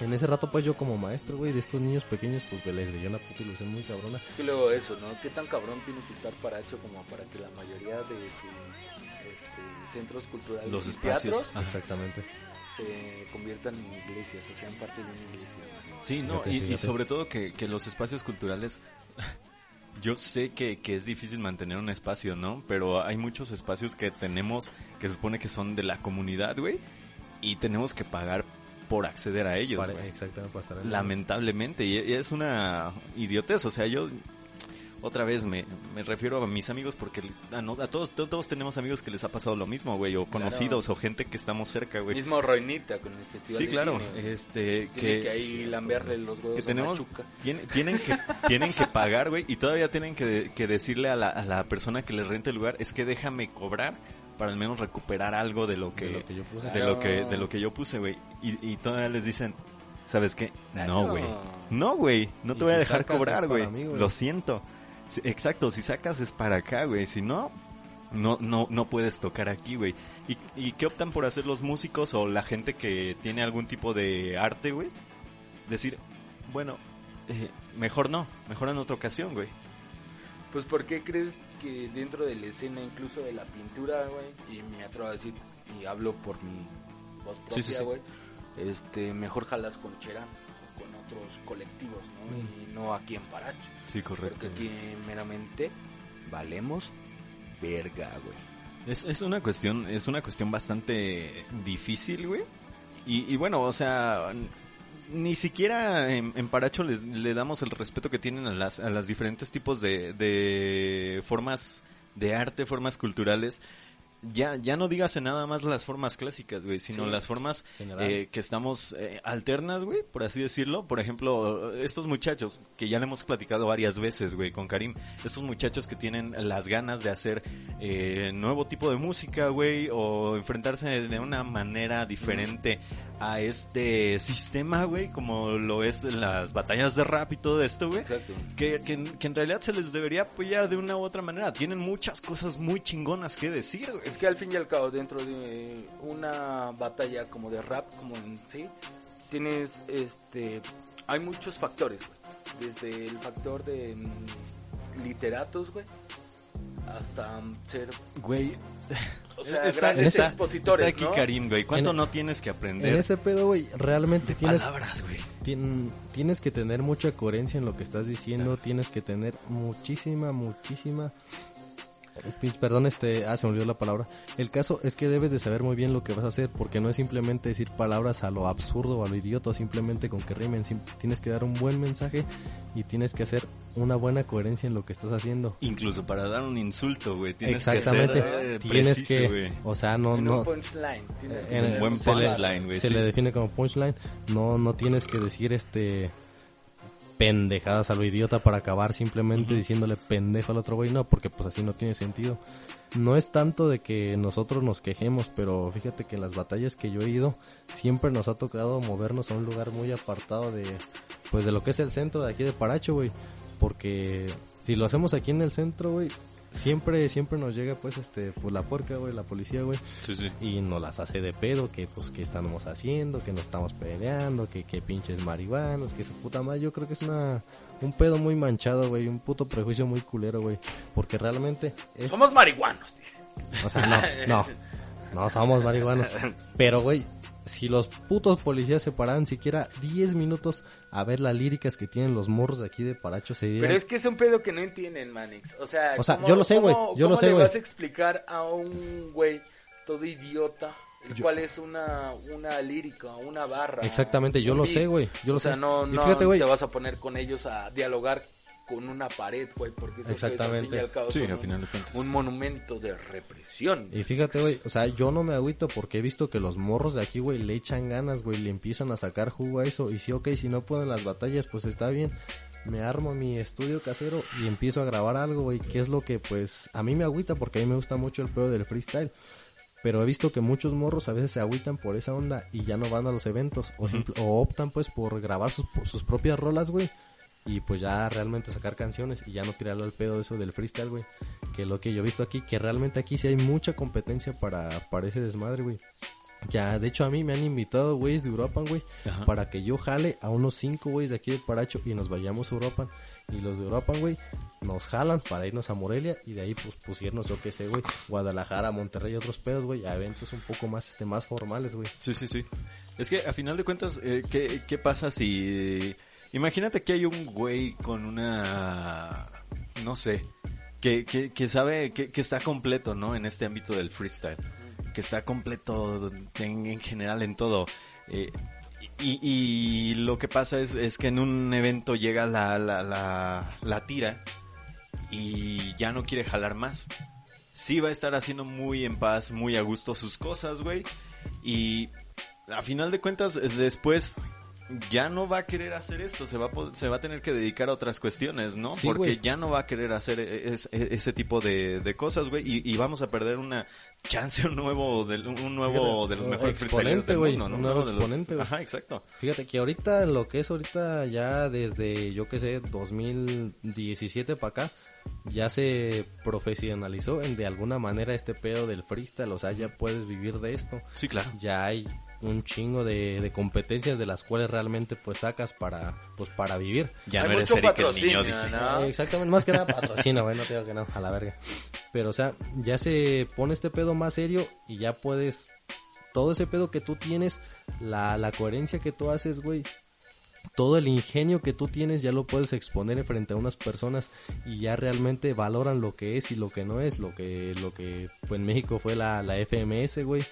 B: en ese rato pues yo como maestro, güey, de estos niños pequeños pues me les dio una puta ilusión muy cabrona.
C: Y luego eso, ¿no? ¿Qué tan cabrón tiene que estar Paracho como para que la mayoría de sus este, centros culturales
A: Los
C: y
A: espacios.
C: teatros
A: Ajá.
B: Exactamente.
C: se conviertan en iglesias, o sean parte de una iglesia?
A: Sí, no,
B: Fíjate,
A: y, y
B: fíjate.
A: sobre todo que, que los espacios culturales. [LAUGHS] Yo sé que, que es difícil mantener un espacio, ¿no? Pero hay muchos espacios que tenemos que se supone que son de la comunidad, güey. Y tenemos que pagar por acceder a ellos,
B: Para- eh,
A: güey.
B: exactamente para estar en-
A: Lamentablemente, y y es una idiotez, o sea, yo otra vez me, me refiero a mis amigos porque a, no- a todos, to- todos tenemos amigos que les ha pasado lo mismo, güey, o conocidos o gente que estamos cerca, güey.
C: Mismo Roinita con el festival
A: Sí,
C: de
A: claro,
C: cine.
A: este
C: Tiene que ahí
A: cierto,
C: lamberle
A: güey.
C: los huevos
A: que
C: a
A: tenemos
C: Machuca.
A: tiene- tienen
C: [LAUGHS]
A: que tienen que pagar, güey, y todavía tienen que, de- que decirle a la, a la persona que le renta el lugar es que déjame cobrar para al menos recuperar algo de lo que
B: de lo que yo puse.
A: de lo que de lo que yo puse, güey. Y, y todavía les dicen, ¿sabes qué? No, güey. Mm. No, güey. No te
B: Y
A: voy a
B: si
A: dejar
B: sacas es
A: cobrar,
B: para
A: güey.
B: mí, güey.
A: Lo siento. Sí, Exacto, si sacas es para acá, güey. Si no, no, no, no puedes tocar aquí, güey. ¿Y, ¿Y qué optan por hacer los músicos o la gente que tiene algún tipo de arte, güey? Decir, bueno, eh, mejor no, mejor en otra ocasión, güey.
C: Pues ¿por qué crees que dentro de la escena, incluso de la pintura, güey, y me atrevo a decir, y hablo por mi voz
A: Sí, sí,
C: propia,
A: sí.
C: güey, este, mejor jalas con Cherán o con otros colectivos, ¿no?
A: Mm.
C: Y no aquí en Paracho.
A: Sí,
C: Porque aquí meramente valemos verga, güey.
A: Es, es una cuestión, es una cuestión bastante difícil, güey. Y, y bueno, o sea, n- ni siquiera en, en Paracho les- le damos el respeto que tienen a las, a las diferentes tipos de, de formas de arte, formas culturales. Ya, ya no digas en nada más las formas clásicas, güey, sino
B: Sí.
A: las formas
B: General.
A: eh, que estamos eh, alternas, güey, por así decirlo. Por ejemplo, estos muchachos, que ya le hemos platicado varias veces, güey, con Karim. Estos muchachos que tienen las ganas de hacer eh, nuevo tipo de música, güey, o enfrentarse de una manera diferente a este sistema, güey, como lo es las batallas de rap y todo esto, güey
C: Exacto.
A: que, que en- que en realidad se les debería apoyar de una u otra manera. Tienen muchas cosas muy chingonas que decir, güey.
C: Es que al fin y al cabo, dentro de una batalla como de rap, como en sí, tienes este. Hay muchos factores, güey. Desde el factor de. mm, literatos, güey, hasta mm, ser
A: Güey, [LAUGHS]
C: o sea,
A: está,
C: grandes
A: está-
C: expositores,
A: está aquí
C: ¿no?
A: Karim, güey. ¿Cuánto
B: En-
A: no tienes que
B: En
A: aprender?
B: ese pedo, güey, realmente tienes,
A: Palabras, güey.
B: tien- tienes que tener mucha coherencia en lo que estás diciendo, tienes que tener muchísima, muchísima... Pi- Perdón, este, ah, se me olvidó la palabra. El caso es que debes de saber muy bien lo que vas a hacer, porque no es simplemente decir palabras a lo absurdo o a lo idiota, simplemente con que rimen. Sim- tienes que dar un buen mensaje y tienes que hacer una buena coherencia en lo que estás haciendo.
A: Incluso para dar un insulto, güey. Tienes
B: Exactamente.
A: Que ser, eh,
B: tienes
A: preciso,
B: que,
A: güey.
B: o sea, no,
C: en
B: no,
C: un punchline. Tienes que
B: en-
A: Eh, Un buen
B: se le-
A: punchline, güey,
B: Se
A: sí.
B: le define como punchline. No, no tienes que decir este pendejadas a lo idiota para acabar simplemente diciéndole pendejo al otro güey, no, porque pues así no tiene sentido. No es tanto de que nosotros nos quejemos, pero fíjate que en las batallas que yo he ido siempre nos ha tocado movernos a un lugar muy apartado de pues de lo que es el centro de aquí de Paracho, güey, porque si lo hacemos aquí en el centro, güey, siempre siempre nos llega pues este pues la porca, güey, la policía, güey
A: Sí, sí.
B: y nos las hace de pedo que pues que estamos haciendo, que nos estamos peleando, que, que pinches marihuanos, que su puta madre, yo creo que es una un pedo muy manchado, güey, un puto prejuicio muy culero, güey, porque realmente es,
C: Somos marihuanos, dice.
B: o sea, no, no, no somos marihuanos, pero güey, si los putos policías se pararan siquiera 10 minutos a ver las líricas que tienen los morros de aquí de Paracho se
C: Pero
B: dieran
C: es que es un pedo que no entienden, Manix. O sea,
B: O sea,
C: ¿cómo-
B: yo lo sé, güey,
C: cómo-
B: yo lo
C: cómo
B: sé,
C: le
B: güey.
C: vas a explicar a un güey todo idiota el cual es una, una lírica, una barra?
B: Exactamente, yo
C: un
B: lo
C: beat?
B: sé, güey, yo lo
C: o sea,
B: sé.
C: no,
B: Y
C: no
B: fíjate, güey,
C: te vas a poner con ellos a dialogar con una pared, güey, porque eso
B: Exactamente.
C: Es, al fin y al cabo,
A: Sí,
C: son
A: a
C: un-
A: final de cuentas.
C: un monumento de represión.
B: Y fíjate, güey, o sea, yo no me agüito porque he visto que los morros de aquí, güey, le echan ganas, güey, le empiezan a sacar jugo a eso. Y sí, ok, si no puedo en las batallas, pues está bien. Me armo mi estudio casero y empiezo a grabar algo, güey, que es lo que, pues, a mí me agüita porque a mí me gusta mucho el pedo del freestyle. Pero he visto que muchos morros a veces se agüitan por esa onda y ya no van a los eventos. O, simple- o optan, pues, por grabar sus, sus propias rolas, güey. Y pues ya realmente sacar canciones y ya no tirarle al pedo eso del freestyle, güey. Que lo que yo he visto aquí, que realmente aquí sí hay mucha competencia para, para ese desmadre, güey. Ya, de hecho a mí me han invitado güeyes de Uruapan, güey,
A: Ajá.
B: para que yo jale a unos cinco güeyes de aquí de Paracho y nos vayamos a Uruapan. Y los de Uruapan, güey, nos jalan para irnos a Morelia y de ahí pues pusirnos, yo qué sé, güey, Guadalajara, Monterrey, otros pedos, güey, a eventos un poco más, este, más formales, güey.
A: Sí, sí, sí. Es que a final de cuentas, eh, ¿qué, qué pasa si... Imagínate que hay un güey con una... No sé. Que, que, que sabe que, que está completo, ¿no? En este ámbito del freestyle. Que está completo en, en general en todo. Eh, y, y lo que pasa es, es que en un evento llega la, la, la, la tira y ya no quiere jalar más. Sí va a estar haciendo muy en paz, muy a gusto sus cosas, güey. Y a final de cuentas, eh, después ya no va a querer hacer esto, se va a, po- se va a tener que dedicar a otras cuestiones, ¿no?
B: Sí,
A: Porque
B: güey.
A: ya no va a querer hacer e- es- e- ese tipo de, de cosas, güey. Y, y vamos a perder una chance, un nuevo, del- un nuevo de los
B: un
A: mejores
B: eh, exponente,
A: freestylers del
B: güey,
A: mundo, ¿no?
B: un nuevo
A: Uno de los-
B: exponente, güey.
A: Ajá, exacto.
B: Fíjate que ahorita lo que es ahorita ya desde yo que sé 2017 para acá ya se profesionalizó en de alguna manera este pedo del freestyle, o sea, ya puedes vivir de esto.
A: Sí, claro.
B: Ya hay un chingo de, de competencias de las cuales realmente pues sacas para pues para vivir.
A: Ya
C: Hay
A: no eres
C: mucho
A: Eric el niño,
C: patrocinio,
A: dice.
C: ¿no?
B: Eh, Exactamente, más que nada patrocina, güey, no te digo que no, a la verga. Pero, o sea, ya se pone este pedo más serio y ya puedes. Todo ese pedo que tú tienes, la, la coherencia que tú haces, güey. Todo el ingenio que tú tienes ya lo puedes exponer frente a unas personas y ya realmente valoran lo que es y lo que no es, lo que, lo que pues, en México fue la, la FMS, güey,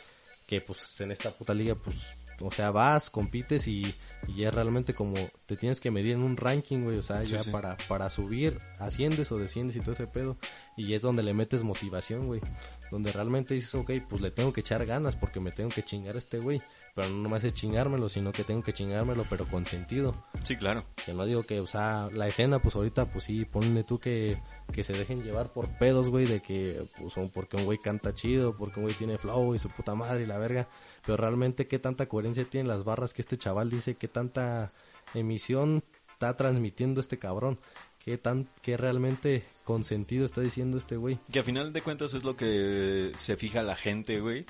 B: que pues en esta puta liga pues, o sea, vas, compites y, y ya realmente como te tienes que medir en un ranking, güey, o sea,
A: Sí,
B: ya
A: sí.
B: para para, para subir, asciendes o desciendes y todo ese pedo. Y es donde le metes motivación, güey. Donde realmente dices, ok, pues le tengo que echar ganas porque me tengo que chingar a este güey. Pero no me hace chingármelo, sino que tengo que chingármelo, pero con sentido.
A: Sí, claro.
B: Que no digo que, o sea, la escena, pues ahorita, pues sí, ponle tú que, que se dejen llevar por pedos, güey, de que, pues, un- porque un güey canta chido, porque un güey tiene flow y su puta madre y la verga. Pero realmente, ¿qué tanta coherencia tienen las barras que este chaval dice? ¿Qué tanta emisión está transmitiendo este cabrón? ¿Qué tan, qué realmente con sentido está diciendo este güey?
A: Que a final de cuentas es lo que se fija la gente, güey.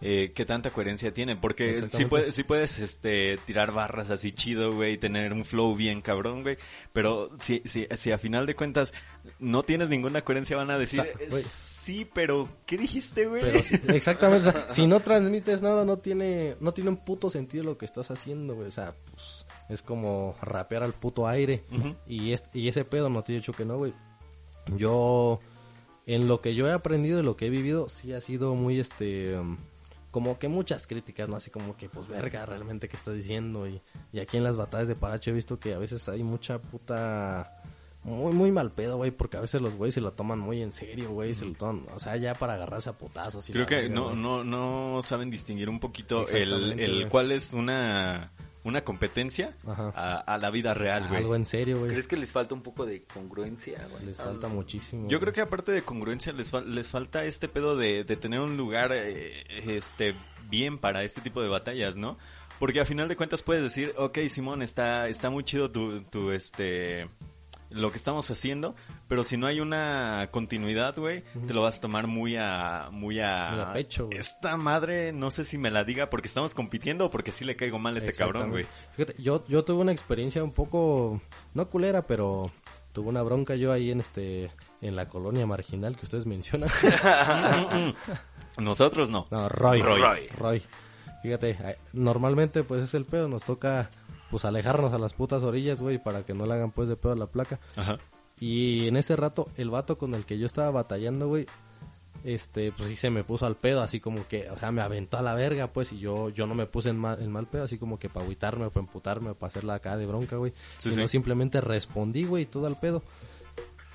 A: eh, qué tanta coherencia tiene. Porque sí
B: Exactamente.
A: puedes, sí puedes este, tirar barras así chido, güey, y tener un flow bien cabrón, güey. Pero si, si, si a final de cuentas no tienes ninguna coherencia, van a decir,
B: O sea,
A: eh,
B: güey.
A: sí, pero ¿qué dijiste, güey?
B: Pero sí, exactamente, o sea, si no transmites nada, no tiene, no tiene un puto sentido lo que estás haciendo, güey. O sea, pues, es como rapear al puto aire.
A: Ujú.
B: y, es- y ese pedo no te he dicho que no, güey. Yo, en lo que yo he aprendido y lo que he vivido, sí ha sido muy, este, um, como que muchas críticas, ¿no? Así como que, pues, verga, realmente, ¿qué estás diciendo? Y, y aquí en las batallas de Paracho he visto que a veces hay mucha puta... Muy, muy mal pedo, güey, porque a veces los güeyes se lo toman muy en serio, güey, se lo toman, o sea, ya para agarrarse a putazos.
A: [LAUGHS]
B: y
A: Creo
B: la
A: que
B: verga,
A: no,
B: güey.
A: no, no saben distinguir un poquito el,
B: Exactamente,
A: el
B: güey.
A: cuál es una, una competencia
B: Ajá.
A: a, a la vida real, güey.
B: Algo en serio, güey.
E: ¿Crees que les falta un poco de congruencia, güey?
C: Ah,
B: Les falta muchísimo.
A: Yo
B: güey.
A: creo que aparte de congruencia les, fal- les falta este pedo de, de tener un lugar eh, este bien para este tipo de batallas, ¿no? Porque a final de cuentas puedes decir, ok, Simón, está, está muy chido tu, tu, este lo que estamos haciendo, pero si no hay una continuidad, güey, te lo vas a tomar muy a muy a,
B: Muy a pecho, güey.
A: Esta madre, no sé si me la diga porque estamos compitiendo o porque sí le caigo mal a este cabrón, güey.
B: Exactamente. Fíjate, yo, yo tuve una experiencia un poco, no culera, pero tuve una bronca yo ahí en este, en la colonia marginal que
A: [LAUGHS]
B: ustedes mencionan.
A: Nosotros no.
B: No, Roy.
A: Roy.
B: Roy. Fíjate, eh, normalmente pues es el pedo, nos toca pues alejarnos a las putas orillas, güey, para que no le hagan pues de pedo a la placa.
A: Ajá.
B: Y en ese rato, el vato con el que yo estaba batallando, güey, este, pues sí se me puso al pedo, así como que, o sea, me aventó a la verga, pues, y yo, yo no me puse en mal, en mal pedo, así como que para agüitarme o para emputarme o para hacerla acá de bronca, güey.
A: Sí,
B: sino
A: sí.
B: simplemente respondí, güey, todo al pedo.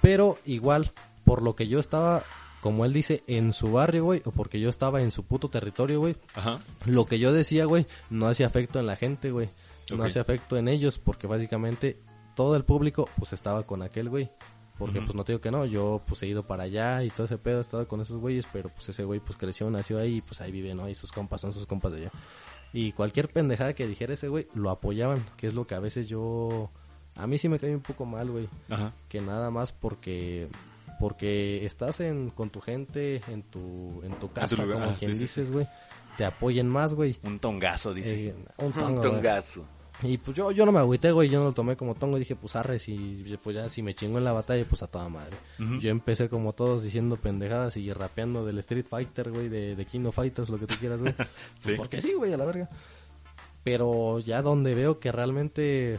B: Pero igual, por lo que yo estaba, como él dice, en su barrio, güey, o porque yo estaba en su puto territorio, güey,
A: Ajá.
B: lo que yo decía, güey, no hacía efecto en la gente, güey. No
A: Ok.
B: hacía efecto en ellos, porque básicamente todo el público, pues, estaba con aquel, güey. Porque, pues, no te digo que no, yo, pues, he ido para allá y todo ese pedo, he estado con esos güeyes, pero, pues, ese güey, pues, creció, nació ahí, y, pues, ahí vive, ¿no? Y sus compas son sus compas de allá. Y cualquier pendejada que dijera ese güey, lo apoyaban, que es lo que a veces yo... A mí sí me cae un poco mal, güey
A: Ajá.
B: que nada más porque porque estás en con tu gente en tu en tu casa
A: lugar,
B: como
A: ah,
B: quien
A: sí, sí,
B: dices güey te apoyen más güey
A: Un tongazo, dice.
B: Eh, un
E: Un
B: tongo, güey.
E: tongazo.
B: y pues yo yo no me agüité güey yo no lo tomé como tongo dije pues arre si pues ya si me chingo en la batalla pues a toda madre yo empecé como todos diciendo pendejadas y rapeando del Street Fighter güey de, de King of Fighters lo que tú quieras güey
A: [LAUGHS] Sí.
B: porque sí güey a la verga pero ya donde veo que realmente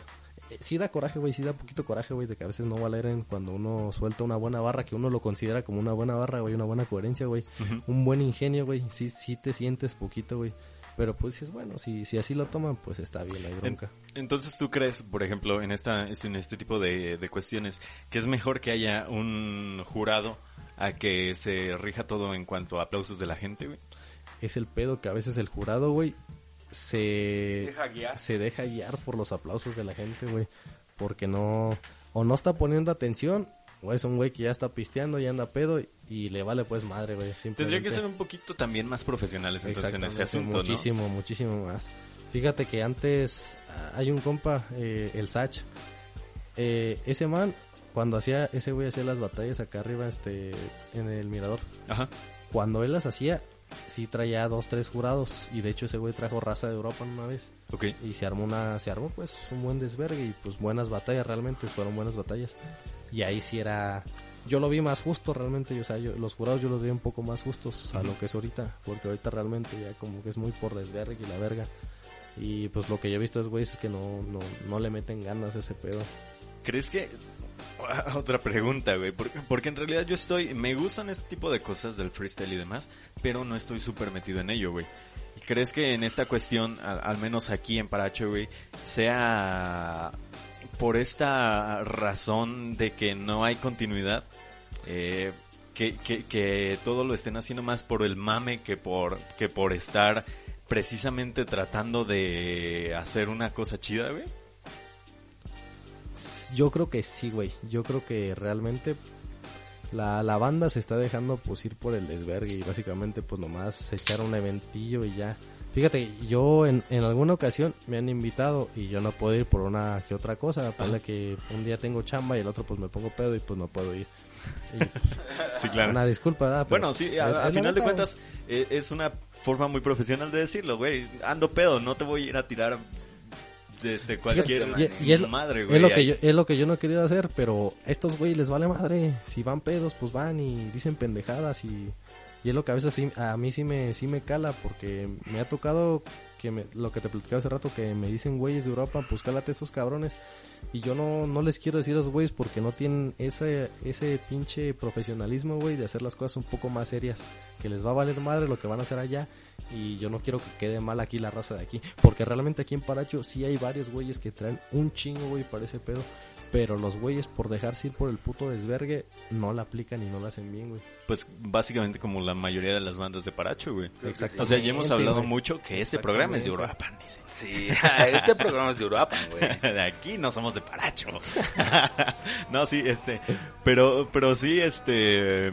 B: eh, sí da coraje, güey, sí da poquito coraje, güey, de que a veces no valen cuando uno suelta una buena barra, que uno lo considera como una buena barra, güey, una buena coherencia, güey, un buen ingenio, güey, sí, sí te sientes poquito, güey. Pero pues sí es bueno, si, si así lo toman, pues está bien, hay
A: En-
B: bronca.
A: entonces, ¿tú crees, por ejemplo, en esta, este- en este tipo de, de cuestiones, que es mejor que haya un jurado a que se rija todo en cuanto a aplausos de la gente, güey?
B: Es el pedo que a veces el jurado, güey, se...
C: Deja guiar.
B: se deja guiar por los aplausos de la gente, güey. Porque no. O no está poniendo atención. O es un güey que ya está pisteando y anda pedo. Y le vale pues madre, güey.
A: Tendría
B: simplemente.
A: que ser un poquito también más profesionales entonces en ese
B: Exactamente,
A: asunto, ¿no?
B: Muchísimo, muchísimo más. Fíjate que antes ah, hay un compa, eh, el Sach. Eh, ese man, cuando hacía, ese güey hacía las batallas acá arriba, este, en el mirador.
A: Ajá.
B: Cuando él las hacía, sí traía dos, tres jurados. Y de hecho ese güey trajo raza de Europa una vez
A: Ok.
B: y se armó una se armó pues un buen desvergue y pues buenas batallas realmente fueron buenas batallas y ahí sí era yo lo vi más justo realmente yo, o sea yo- los jurados yo los vi un poco más justos a lo que es ahorita porque ahorita realmente ya como que es muy por desvergue y la verga y pues lo que yo he visto es güeyes que no, no no le meten ganas a ese pedo
A: ¿Crees que... [LAUGHS] Otra pregunta, güey. por- Porque, en realidad yo estoy... Me gustan este tipo de cosas del freestyle y demás, pero no estoy súper metido en ello, güey. ¿Y ¿Crees que en esta cuestión, a- al, menos aquí en Paracho, güey, sea por esta razón de que no hay continuidad? eh, que, que, que todo lo estén haciendo más por el mame que por, que por estar precisamente tratando de hacer una cosa chida, güey.
B: Yo creo que sí, güey. Yo creo que realmente la, la banda se está dejando pues ir por el desvergue y básicamente pues nomás echar un eventillo y ya. Fíjate, yo en, en alguna ocasión me han invitado y yo no puedo ir por una que otra cosa. Ponle que un día tengo chamba y el otro pues me pongo pedo y pues no puedo ir.
A: Sí, claro.
B: Una disculpa, ¿verdad? Pero,
A: Bueno, sí,
B: pues,
A: a-
B: es-
A: a,
B: es la
A: final de
B: neta,
A: cuentas eh, es una forma muy profesional de decirlo, güey. Ando pedo, no te voy a ir a tirar de este cualquier
B: güey. Y, y es,
A: madre,
B: es
A: güey.
B: lo que yo, es lo que yo no he querido hacer, pero a estos güey les vale madre. Si van pedos, pues van y dicen pendejadas y, y es lo que a veces sí- a mí sí me, sí me cala porque me ha tocado que me- lo que te platicaba hace rato que me dicen güeyes de Europa, pues cálate estos cabrones y yo no, no les quiero decir a esos güeyes porque no tienen ese, ese pinche profesionalismo, güey, de hacer las cosas un poco más serias, que les va a valer madre lo que van a hacer allá y yo no quiero que quede mal aquí la raza de aquí, porque realmente aquí en Paracho sí hay varios güeyes que traen un chingo, güey, para ese pedo, pero los güeyes por dejarse ir por el puto desvergue no la aplican y no la hacen bien, güey.
A: Pues básicamente como la mayoría de las bandas de Paracho, güey.
B: Exacto.
A: O sea, ya hemos hablado mucho que este
B: Exactamente.
A: programa es de Uruapan, dice.
C: [LAUGHS]
E: Sí, este programa es de Uruapan, güey.
A: [LAUGHS] De aquí no somos de Paracho. [LAUGHS] no, sí, este. Pero, pero sí, este.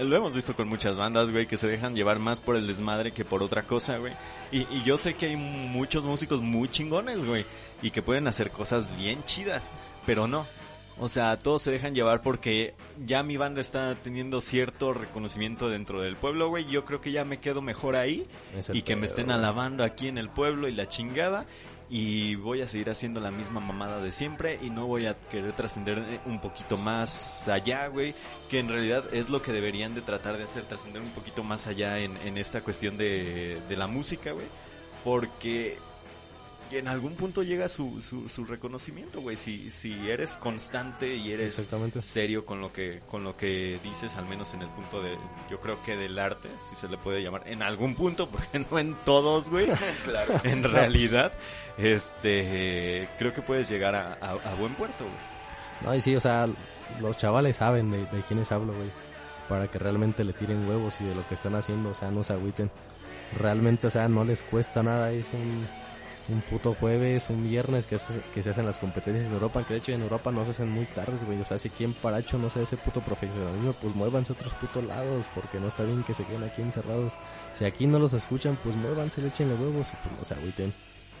A: Lo hemos visto con muchas bandas, güey, que se dejan llevar más por el desmadre que por otra cosa, güey. Y, y yo sé que hay muchos músicos muy chingones, güey, y que pueden hacer cosas bien chidas, pero no. O sea, todos se dejan llevar porque ya mi banda está teniendo cierto reconocimiento dentro del pueblo, güey. Yo creo que ya me quedo mejor ahí
B: Es el
A: y que me
B: pedo,
A: estén
B: güey.
A: alabando aquí en el pueblo y la chingada. Y voy a seguir haciendo la misma mamada de siempre y no voy a querer trascender eh, un poquito más allá, güey. Que en realidad es lo que deberían de tratar de hacer, trascender un poquito más allá en, en esta cuestión de, de la música, güey. Porque en algún punto llega su, su, su reconocimiento, güey. Si, si eres constante y eres
B: Exactamente.
A: serio con lo que con lo que dices al menos en el punto de yo creo que del arte si se le puede llamar en algún punto [LAUGHS] porque no en todos
B: [LAUGHS]
A: güey
E: Claro.
A: en
B: pues.
A: realidad este creo que puedes llegar a, a- a buen puerto güey.
B: No, y sí, o sea, los chavales saben de, de quiénes hablo, güey. Para que realmente le tiren huevos y de lo que están haciendo, o sea, no se agüiten. Realmente, o sea, no les cuesta nada. Es un, un puto jueves, un viernes que se, que se hacen las competencias en Europa. Que de hecho en Europa no se hacen muy tardes, güey. O sea, si quieren paracho no sé ese puto profesionalismo, pues muévanse a otros putos lados. Porque no está bien que se queden aquí encerrados. Si aquí no los escuchan, pues muévanse, le echenle huevos y pues no se agüiten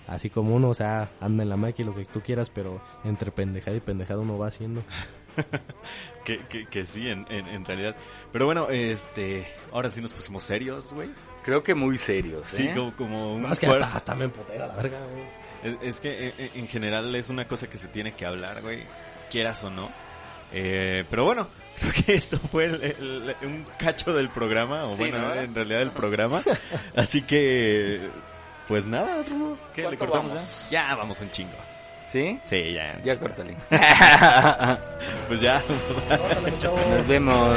B: así como uno, o sea, anda en la máquina y lo que tú quieras, pero entre pendejada y pendejada uno va haciendo.
A: que, que, que sí en, en, en realidad pero bueno este ahora sí nos pusimos serios güey
E: Creo que muy serios, ¿eh?
A: sí como, como un
B: Más que
A: puer-
B: hasta, hasta me empotera la verga, güey.
A: Es, es que eh, eh, en general es una cosa que se tiene que hablar, güey, quieras o no. Eh, pero bueno, [LAUGHS] creo que esto fue el- el- un cacho del programa, o
E: Sí,
A: bueno,
E: ¿no?
A: en realidad del
E: [LAUGHS]
A: programa. Así que, pues nada, Rubo, ¿qué le
E: ¿Cuánto
A: cortamos
E: vamos?
A: ya? Ya vamos un chingo.
E: ¿Sí?
A: Sí, ya.
E: Ya córtale. [LAUGHS]
A: Pues ya.
E: Nos vemos.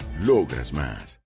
F: logras más.